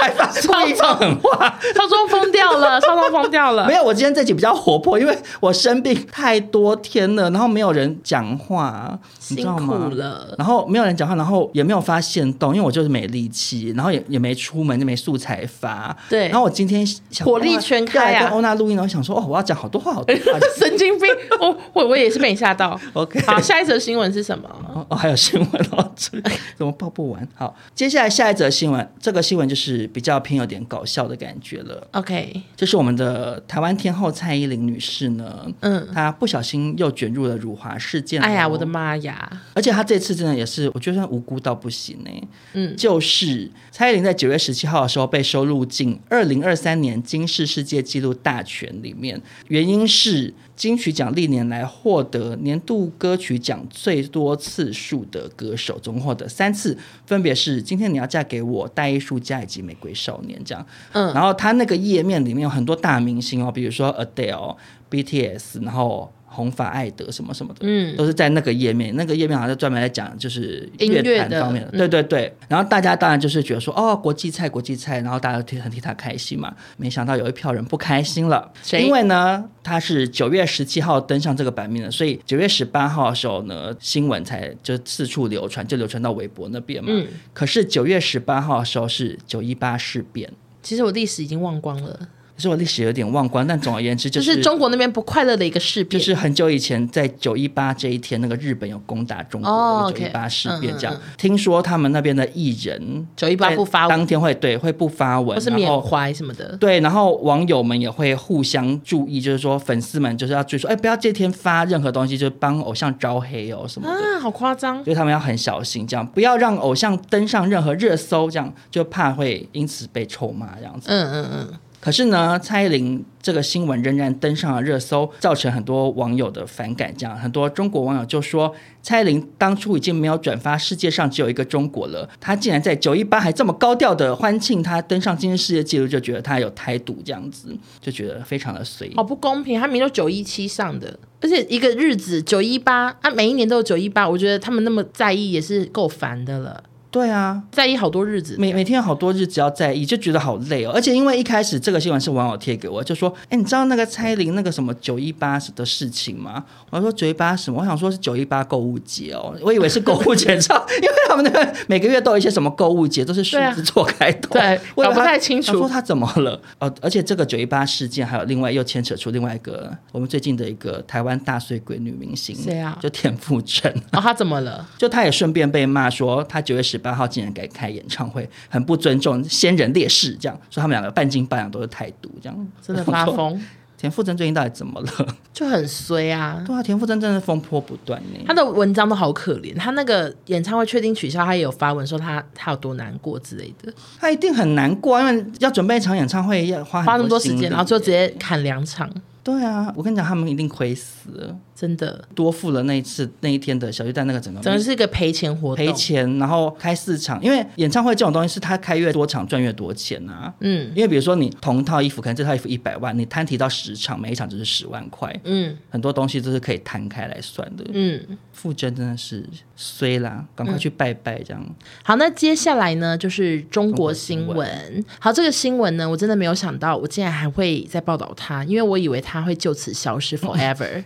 B: 还放故意放狠话。
A: 邵总疯掉 了，邵总疯掉了
B: 没。有，我今天这集比较活泼，因为我生病太多天了，然后没有人讲话，你知
A: 辛
B: 道吗
A: 苦？了，
B: 然后没有人讲话，然后也没有发现动，因为我就是没力气，然后也也没出门，就没素材发。
A: 对
B: 然后我今天想
A: 火力全开啊
B: 要来跟欧娜录音，然后想说哦，我要讲好多话，好多话。
A: 神经病！我我我也是被你吓到。
B: OK
A: 好，下一则新闻是什么？
B: 哦哦，还有新闻哦，这怎么报不完？好，接下来下一则新闻，这个新闻就是比较偏有点搞笑的感觉了。
A: OK，
B: 就是我们的台湾天后蔡依林女士呢，
A: 嗯，
B: 她不小心又卷入了辱华事件。
A: 哎呀，我的！妈呀，
B: 而且她这次真的也是，我觉得算无辜到不行呢、
A: 嗯
B: 就是蔡依林在九月十七号的时候被收录进二零二三年金氏世界纪录大全里面，原因是金曲奖历年来获得年度歌曲奖最多次数的歌手，总共获得三次，分别是《今天你要嫁给我》《大艺术家》以及《玫瑰少年》这样。
A: 嗯
B: 然后他那个页面里面有很多大明星哦，比如说 Adele、BTS，然后红发艾德什么什么的，
A: 嗯
B: 都是在那个页面。那个页面好像专门在讲就是
A: 音乐
B: 乐坛
A: 的
B: 方面的，
A: 嗯
B: 对对对。然后大家当然就是觉得说，哦，国际菜，国际菜，然后大家都替很替他开心嘛。没想到有一票人不开心了，
A: 谁
B: 因为呢，他是九月十七号登上这个版面的，所以九月十八号的时候呢，新闻才就四处流传，就流传到微博那边嘛。
A: 嗯
B: 可是九月十八号的时候是九一八事变。
A: 其实我历史已经忘光了，
B: 可是我历史有点忘光，但总而言之
A: 就
B: 就是是
A: 中国那边不快乐的一个事
B: 就
A: 变。
B: 是很久以前，在九一八这一天，那个日本有攻打中
A: 哦
B: 国九一八
A: OK，
B: 事变，这样、
A: 嗯
B: 听说他们那边的艺人
A: 九一八
B: 在
A: 不发文，
B: 当天会对会不发文，
A: 或是
B: 然
A: 缅
B: 后
A: 怀什么的。
B: 对，然后网友们也会互相注意，就是说粉丝们就是要追说，哎，不要这天发任何东西，就是帮偶像招黑哦什么的。
A: 啊，好夸张！
B: 所以他们要很小心，这样不要让偶像登上任何热搜，这样就怕会因此被臭骂这样子。
A: 嗯嗯嗯，
B: 可是呢，蔡依林这个新闻仍然登上了热搜，造成很多网友的反感。这样，很多中国网友就说，蔡依林当初已经没有转发世界上只有一个中国了，她竟然在九一八还这么高调的欢庆她登上今日世界纪录，就觉得她有台独这样子，就觉得非常的随意
A: 好。不公平，他明明都九一七上的，而且一个日子九一八，啊，每一年都有九一八，我觉得他们那么在意也是够烦的了，
B: 对啊，
A: 在意好多日子。
B: 每每天有好多日子要在意，就觉得好累哦。而且因为一开始这个新闻是网友贴给我，就说：“哎，你知道那个蔡依林那个什么九一八的事情吗？”我说：“九一八什么？”我想说是九一八购物节哦， 我以为是购物节，你知道， 因为他们那个每个月都有一些什么购物节，都是数
A: 对啊
B: 字做开头，
A: 对
B: 我以为
A: 搞不
B: 他
A: 太清楚
B: 想说他怎么了？哦，而且这个九一八事件还有另外又牵扯出另外一个我们最近的一个台湾大碎鬼女明星，
A: 谁啊
B: 就田馥甄。
A: 哦，他怎么了？
B: 就他也顺便被骂说，他九月十八号竟然敢开演唱会，很不尊重先人烈士，这样说他们两个半斤八两都是台独，这样
A: 真的发。 疯，
B: 田馥甄最近到底怎么了？
A: 就很衰啊。
B: 对啊，田馥甄真的风波不断呢、
A: 他的文章都好可怜，他那个演唱会确定取消，他也有发文说他他有多难过之类的，
B: 他一定很难过，因为要准备一场演唱会要花
A: 花那么多
B: 心
A: 时
B: 力
A: 间，然后就直接砍两场，
B: 对啊，我跟你讲，他们一定亏死了，
A: 真的，
B: 多付了那一次那一天的小巨蛋那个整个
A: 真的是一个嗯赔钱活动
B: 赔。钱，然后开四场，因为演唱会这种东西是他开越多场赚越多钱啊。
A: 嗯
B: 因为比如说你同套衣服，可能这套衣服一百万，你摊提到十场，每一场就是十万块，
A: 嗯
B: 很多东西都是可以摊开来算的。
A: 嗯，
B: 傅真真的是衰啦，赶快去拜拜这样。
A: 好，那接下来呢就是中国新
B: 中
A: 闻。
B: 国
A: 好，这个新闻呢，我真的没有想到，我竟然还会再报道它，因为我以为它会就此消失 forever。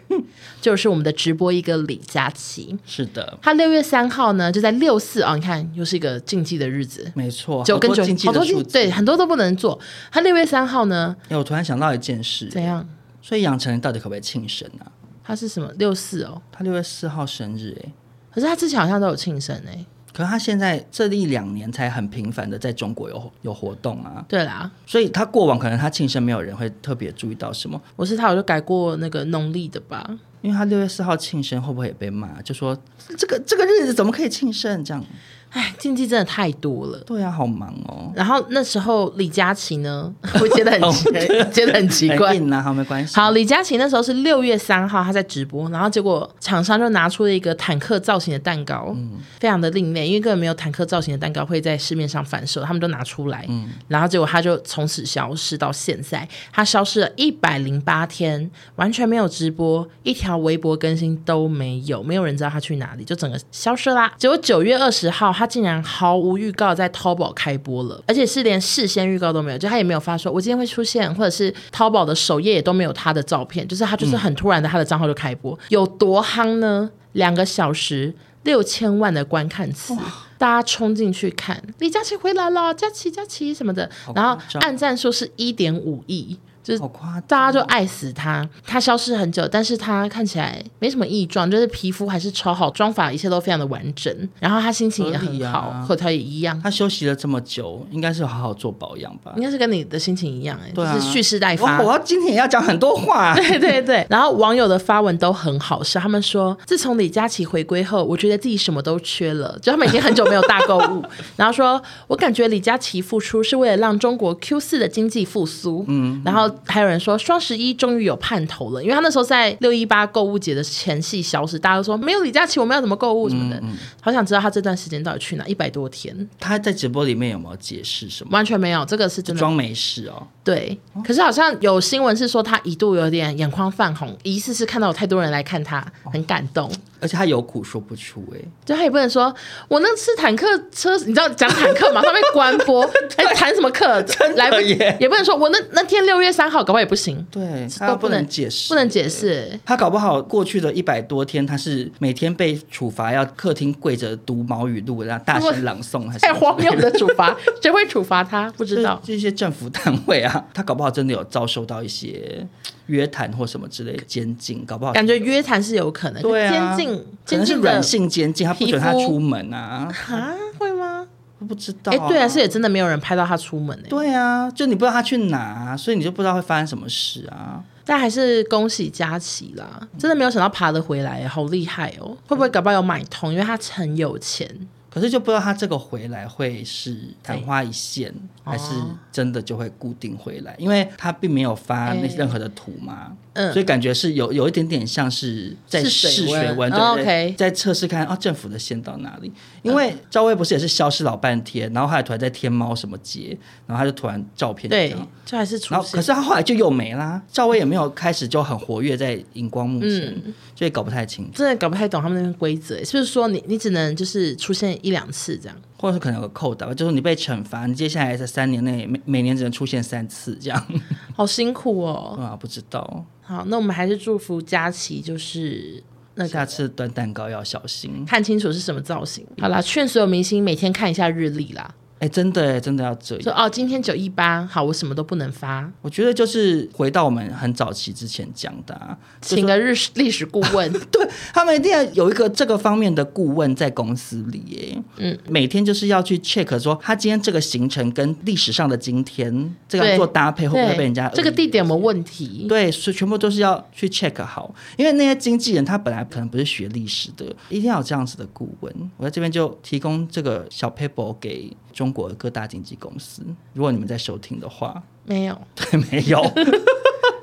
A: 就是 我们的直播一哥李佳琦，
B: 是的，
A: 他六月三号呢就在六四啊，你看又是一个禁忌的日子。
B: 没错，
A: 九跟
B: 好
A: 九
B: 多经济
A: 好
B: 的
A: 多
B: 数
A: 禁
B: 字。
A: 对很多都不能做。他六月三号呢，
B: 哎、我突然想到一件事，
A: 怎样？
B: 所以杨丞琳到底可不可以庆生啊？
A: 他是什么六四哦？
B: 他六月四号生日、哎，
A: 可是他之前好像都有庆生哎、
B: 可是他现在这一两年才很频繁的在中国有有活动啊，
A: 对啦，
B: 所以他过往可能他庆生没有人会特别注意到什么，
A: 我是他，我就改过那个农历的吧。
B: 因为他六月四号庆生会不会也被骂？就说这个这个日子怎么可以庆生这样？
A: 哎，禁忌真的太多了。
B: 对啊，好忙哦，
A: 然后那时候李佳琦呢， 我觉得很奇觉得很 奇怪
B: 很。硬啊，好没关系。
A: 好，李佳琦那时候是六月三号，他在直播，然后结果厂商就拿出了一个坦克造型的蛋糕，非常的另类，因为根本没有坦克造型的蛋糕会在市面上贩售，他们都拿出来，然后结果他就从此消失到现在，他消失了一百零八天，完全没有直播，一条微博更新都没有，没有人知道他去哪里，就整个消失啦。结果九月二十号，他竟然毫无预告在淘宝开播了，而且是连事先预告都没有，就他也没有发说我今天会出现，或者是淘宝的首页也都没有他的照片，就是他
B: 嗯
A: 就是很突然的，他的账号就开播，有多夯呢？两个小时。六千万的观看次，大家冲进去看李佳琦回来了，佳琦佳琦什么的，
B: 好
A: 然后
B: 夸张
A: 按赞数是一点五亿，就是
B: 好夸张，
A: 大家就爱死他，他消失很久，但是他看起来没什么异状，就是皮肤还是超好，妆法一切都非常的完整，然后他心情也
B: 合
A: 很
B: 理
A: 好，
B: 啊
A: 口条也一样，
B: 他休息了这么久，应该是有好好做保养吧
A: 应？该是跟你的心情一样、欸，
B: 对啊
A: 就是蓄势待嗯发。
B: 我我要今天也要讲很多话，
A: 对对对，然后网友的发文都很好笑，他们说自从李佳琦回归后，我觉得自己什么都缺了，就他们已经很久没有大购物，然后说我感觉李佳琦复出是为了让中国 Q 四的经济复苏，嗯，然后还有人说双十一终于有盼头了，因为他那时候在六一八购物节的前夕消失，大家都说没有李佳琦我们要怎么购物什么的，好想知道他这段时间到底去哪，一百多天
B: 他在直播里面有没有解释什么？
A: 完全没有，这个是真的
B: 装没事哦，
A: 对，可是好像有新闻是说他一度有点眼眶泛红，疑似是看到有太多人来看他，
B: 哦
A: 很感动。
B: 而且他有苦说不出哎、
A: 就他也不能说，我那次坦克车，你知道讲坦克嘛，他被关 播，哎，谈什么课？来不及
B: 耶，
A: 也不能说我那那天六月三号，搞不好也不行，
B: 对，他
A: 都
B: 不
A: 能
B: 能解释，
A: 不能解释。
B: 他搞不好过去的一百多天，他是每天被处罚要客厅跪着读毛语录，然后大声朗诵，还是
A: 太荒谬的处罚， 谁会处罚他？不知道
B: 就是。这些政府单位啊， 他搞不好真的有遭受到一些约谈或什么之类的监禁，搞不好
A: 感觉约谈是有可能，
B: 对啊
A: 监禁，
B: 可
A: 监
B: 能是
A: 禁的
B: 软性监禁，他不准他
A: 皮肤
B: 出门啊，
A: 啊？会吗？
B: 我不知道、
A: 哎，对啊，是
B: 是。
A: 也真的没有人拍到他出门哎。
B: 对啊，就你不知道他去哪、啊所以你就不知道会发生什么事啊。
A: 但还是恭喜佳琪啦！真的没有想到爬得回来，好厉害哦！会不会搞不好有买通？因为他很有钱，
B: 可是就不知道他这个回来会是昙花一现，还是
A: 哦
B: 真的就会固定回来，因为他并没有发那
A: 哎
B: 任何的图嘛，
A: 嗯
B: 所以感觉是有有一点点像是在
A: 试
B: 试
A: 水
B: 水
A: 温
B: 温，对
A: 哦
B: 对
A: OK 嗯
B: 在测试看啊政府的线到哪里。因为赵薇不是也是消失老半天，然后后来突然在天猫什么节，然后他就突然照片就这
A: 对
B: 样。，
A: 就还是出
B: 然后，可
A: 现。
B: 是他后来就又没啦。赵薇也没有开始就很活跃在荧光幕前，
A: 嗯
B: 所以搞不太清楚，
A: 真的搞不太懂他们那边规则，欸是不是说你你只能就是出现一两次这样？
B: 或者是可能有个扣打吧，就是你被惩罚，你接下来在三年内每每年只能出现三次这样。
A: 好辛苦哦！
B: 啊，不知道，
A: 好，那我们还是祝福佳琪，就是那
B: 下
A: 个
B: 次端蛋糕要小心。
A: 看清楚是什么造型。好啦，劝所有明星每天看一下日历啦，
B: 哎，真的耶，真的要这
A: 说
B: 样。
A: 哦，今天九一八，好，我什么都不能发，
B: 我觉得就是回到我们很早期之前讲的、啊，就
A: 请
B: 是
A: 个日历史顾问。
B: 对他们一定要有一个这个方面的顾问在公司里耶。
A: 嗯
B: 嗯，每天就是要去 check 说他今天这个行程跟历史上的今天 这个
A: 对
B: 要做搭配会不会
A: 对
B: 被人家
A: 这个
B: 恶意
A: 地点有没有问题？
B: 对，所以全部都是要去 check 好，因为那些经纪人他本来可能不是学历史的，一定要有这样子的顾问。我在这边就提供这个小 paper 给中国各大经纪公司，如果你们在收听的话，
A: 没有。
B: 对，没有。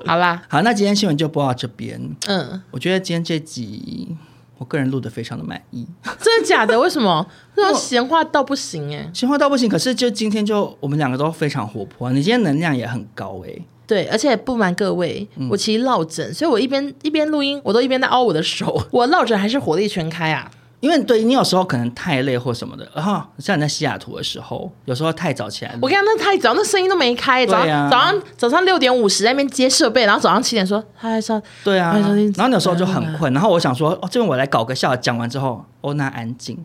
A: 好啦，
B: 好，那今天新闻就播到这边。
A: 嗯，
B: 我觉得今天这集，我个人录的非常的满意，
A: 真的假的？为什么？ 那种闲话到不行哎、
B: 闲话到不行，可是就今天就我们两个都非常活泼，啊你今天能量也很高欸诶、
A: 对，而且不瞒各位，
B: 嗯
A: 我其实落枕，所以我一边一边录音，我都一边在凹我的手， 我落枕还是火力全开啊！
B: 因为对你有时候可能太累或什么的，然、后像你在西雅图的时候，有时候太早起来录
A: 我，刚刚那太早，那声音都没开，早
B: 嗯对
A: 上、
B: 啊
A: 早上早上六点五十在那边接设备，然后早上七点说他还说
B: 对啊，
A: 哎
B: 然
A: 昨
B: 后
A: 天
B: 你有时候就很困，然后我想说，哦，这边我来搞个笑，讲完之后，哦，那安静，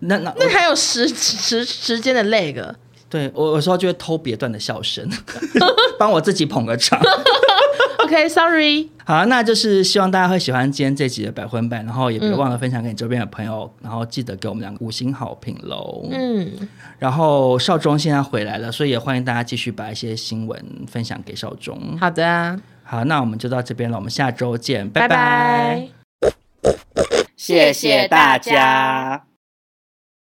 B: 那那
A: 那还有时时时间的 lag，
B: 对我有时候就会偷别段的笑声， 帮我自己捧个 场。
A: OK，sorry，、
B: 好，那就是希望大家会喜欢今天这集的百分百，然后也别忘了分享给你周边的朋友，然后记得给我们两个五星好评喽。
A: 嗯，
B: 然后少中现在回来了，所以也欢迎大家继续把一些新闻分享给少中。
A: 好的啊，
B: 好，那我们就到这边了，我们下周见，拜
A: 拜拜
B: 谢谢大家。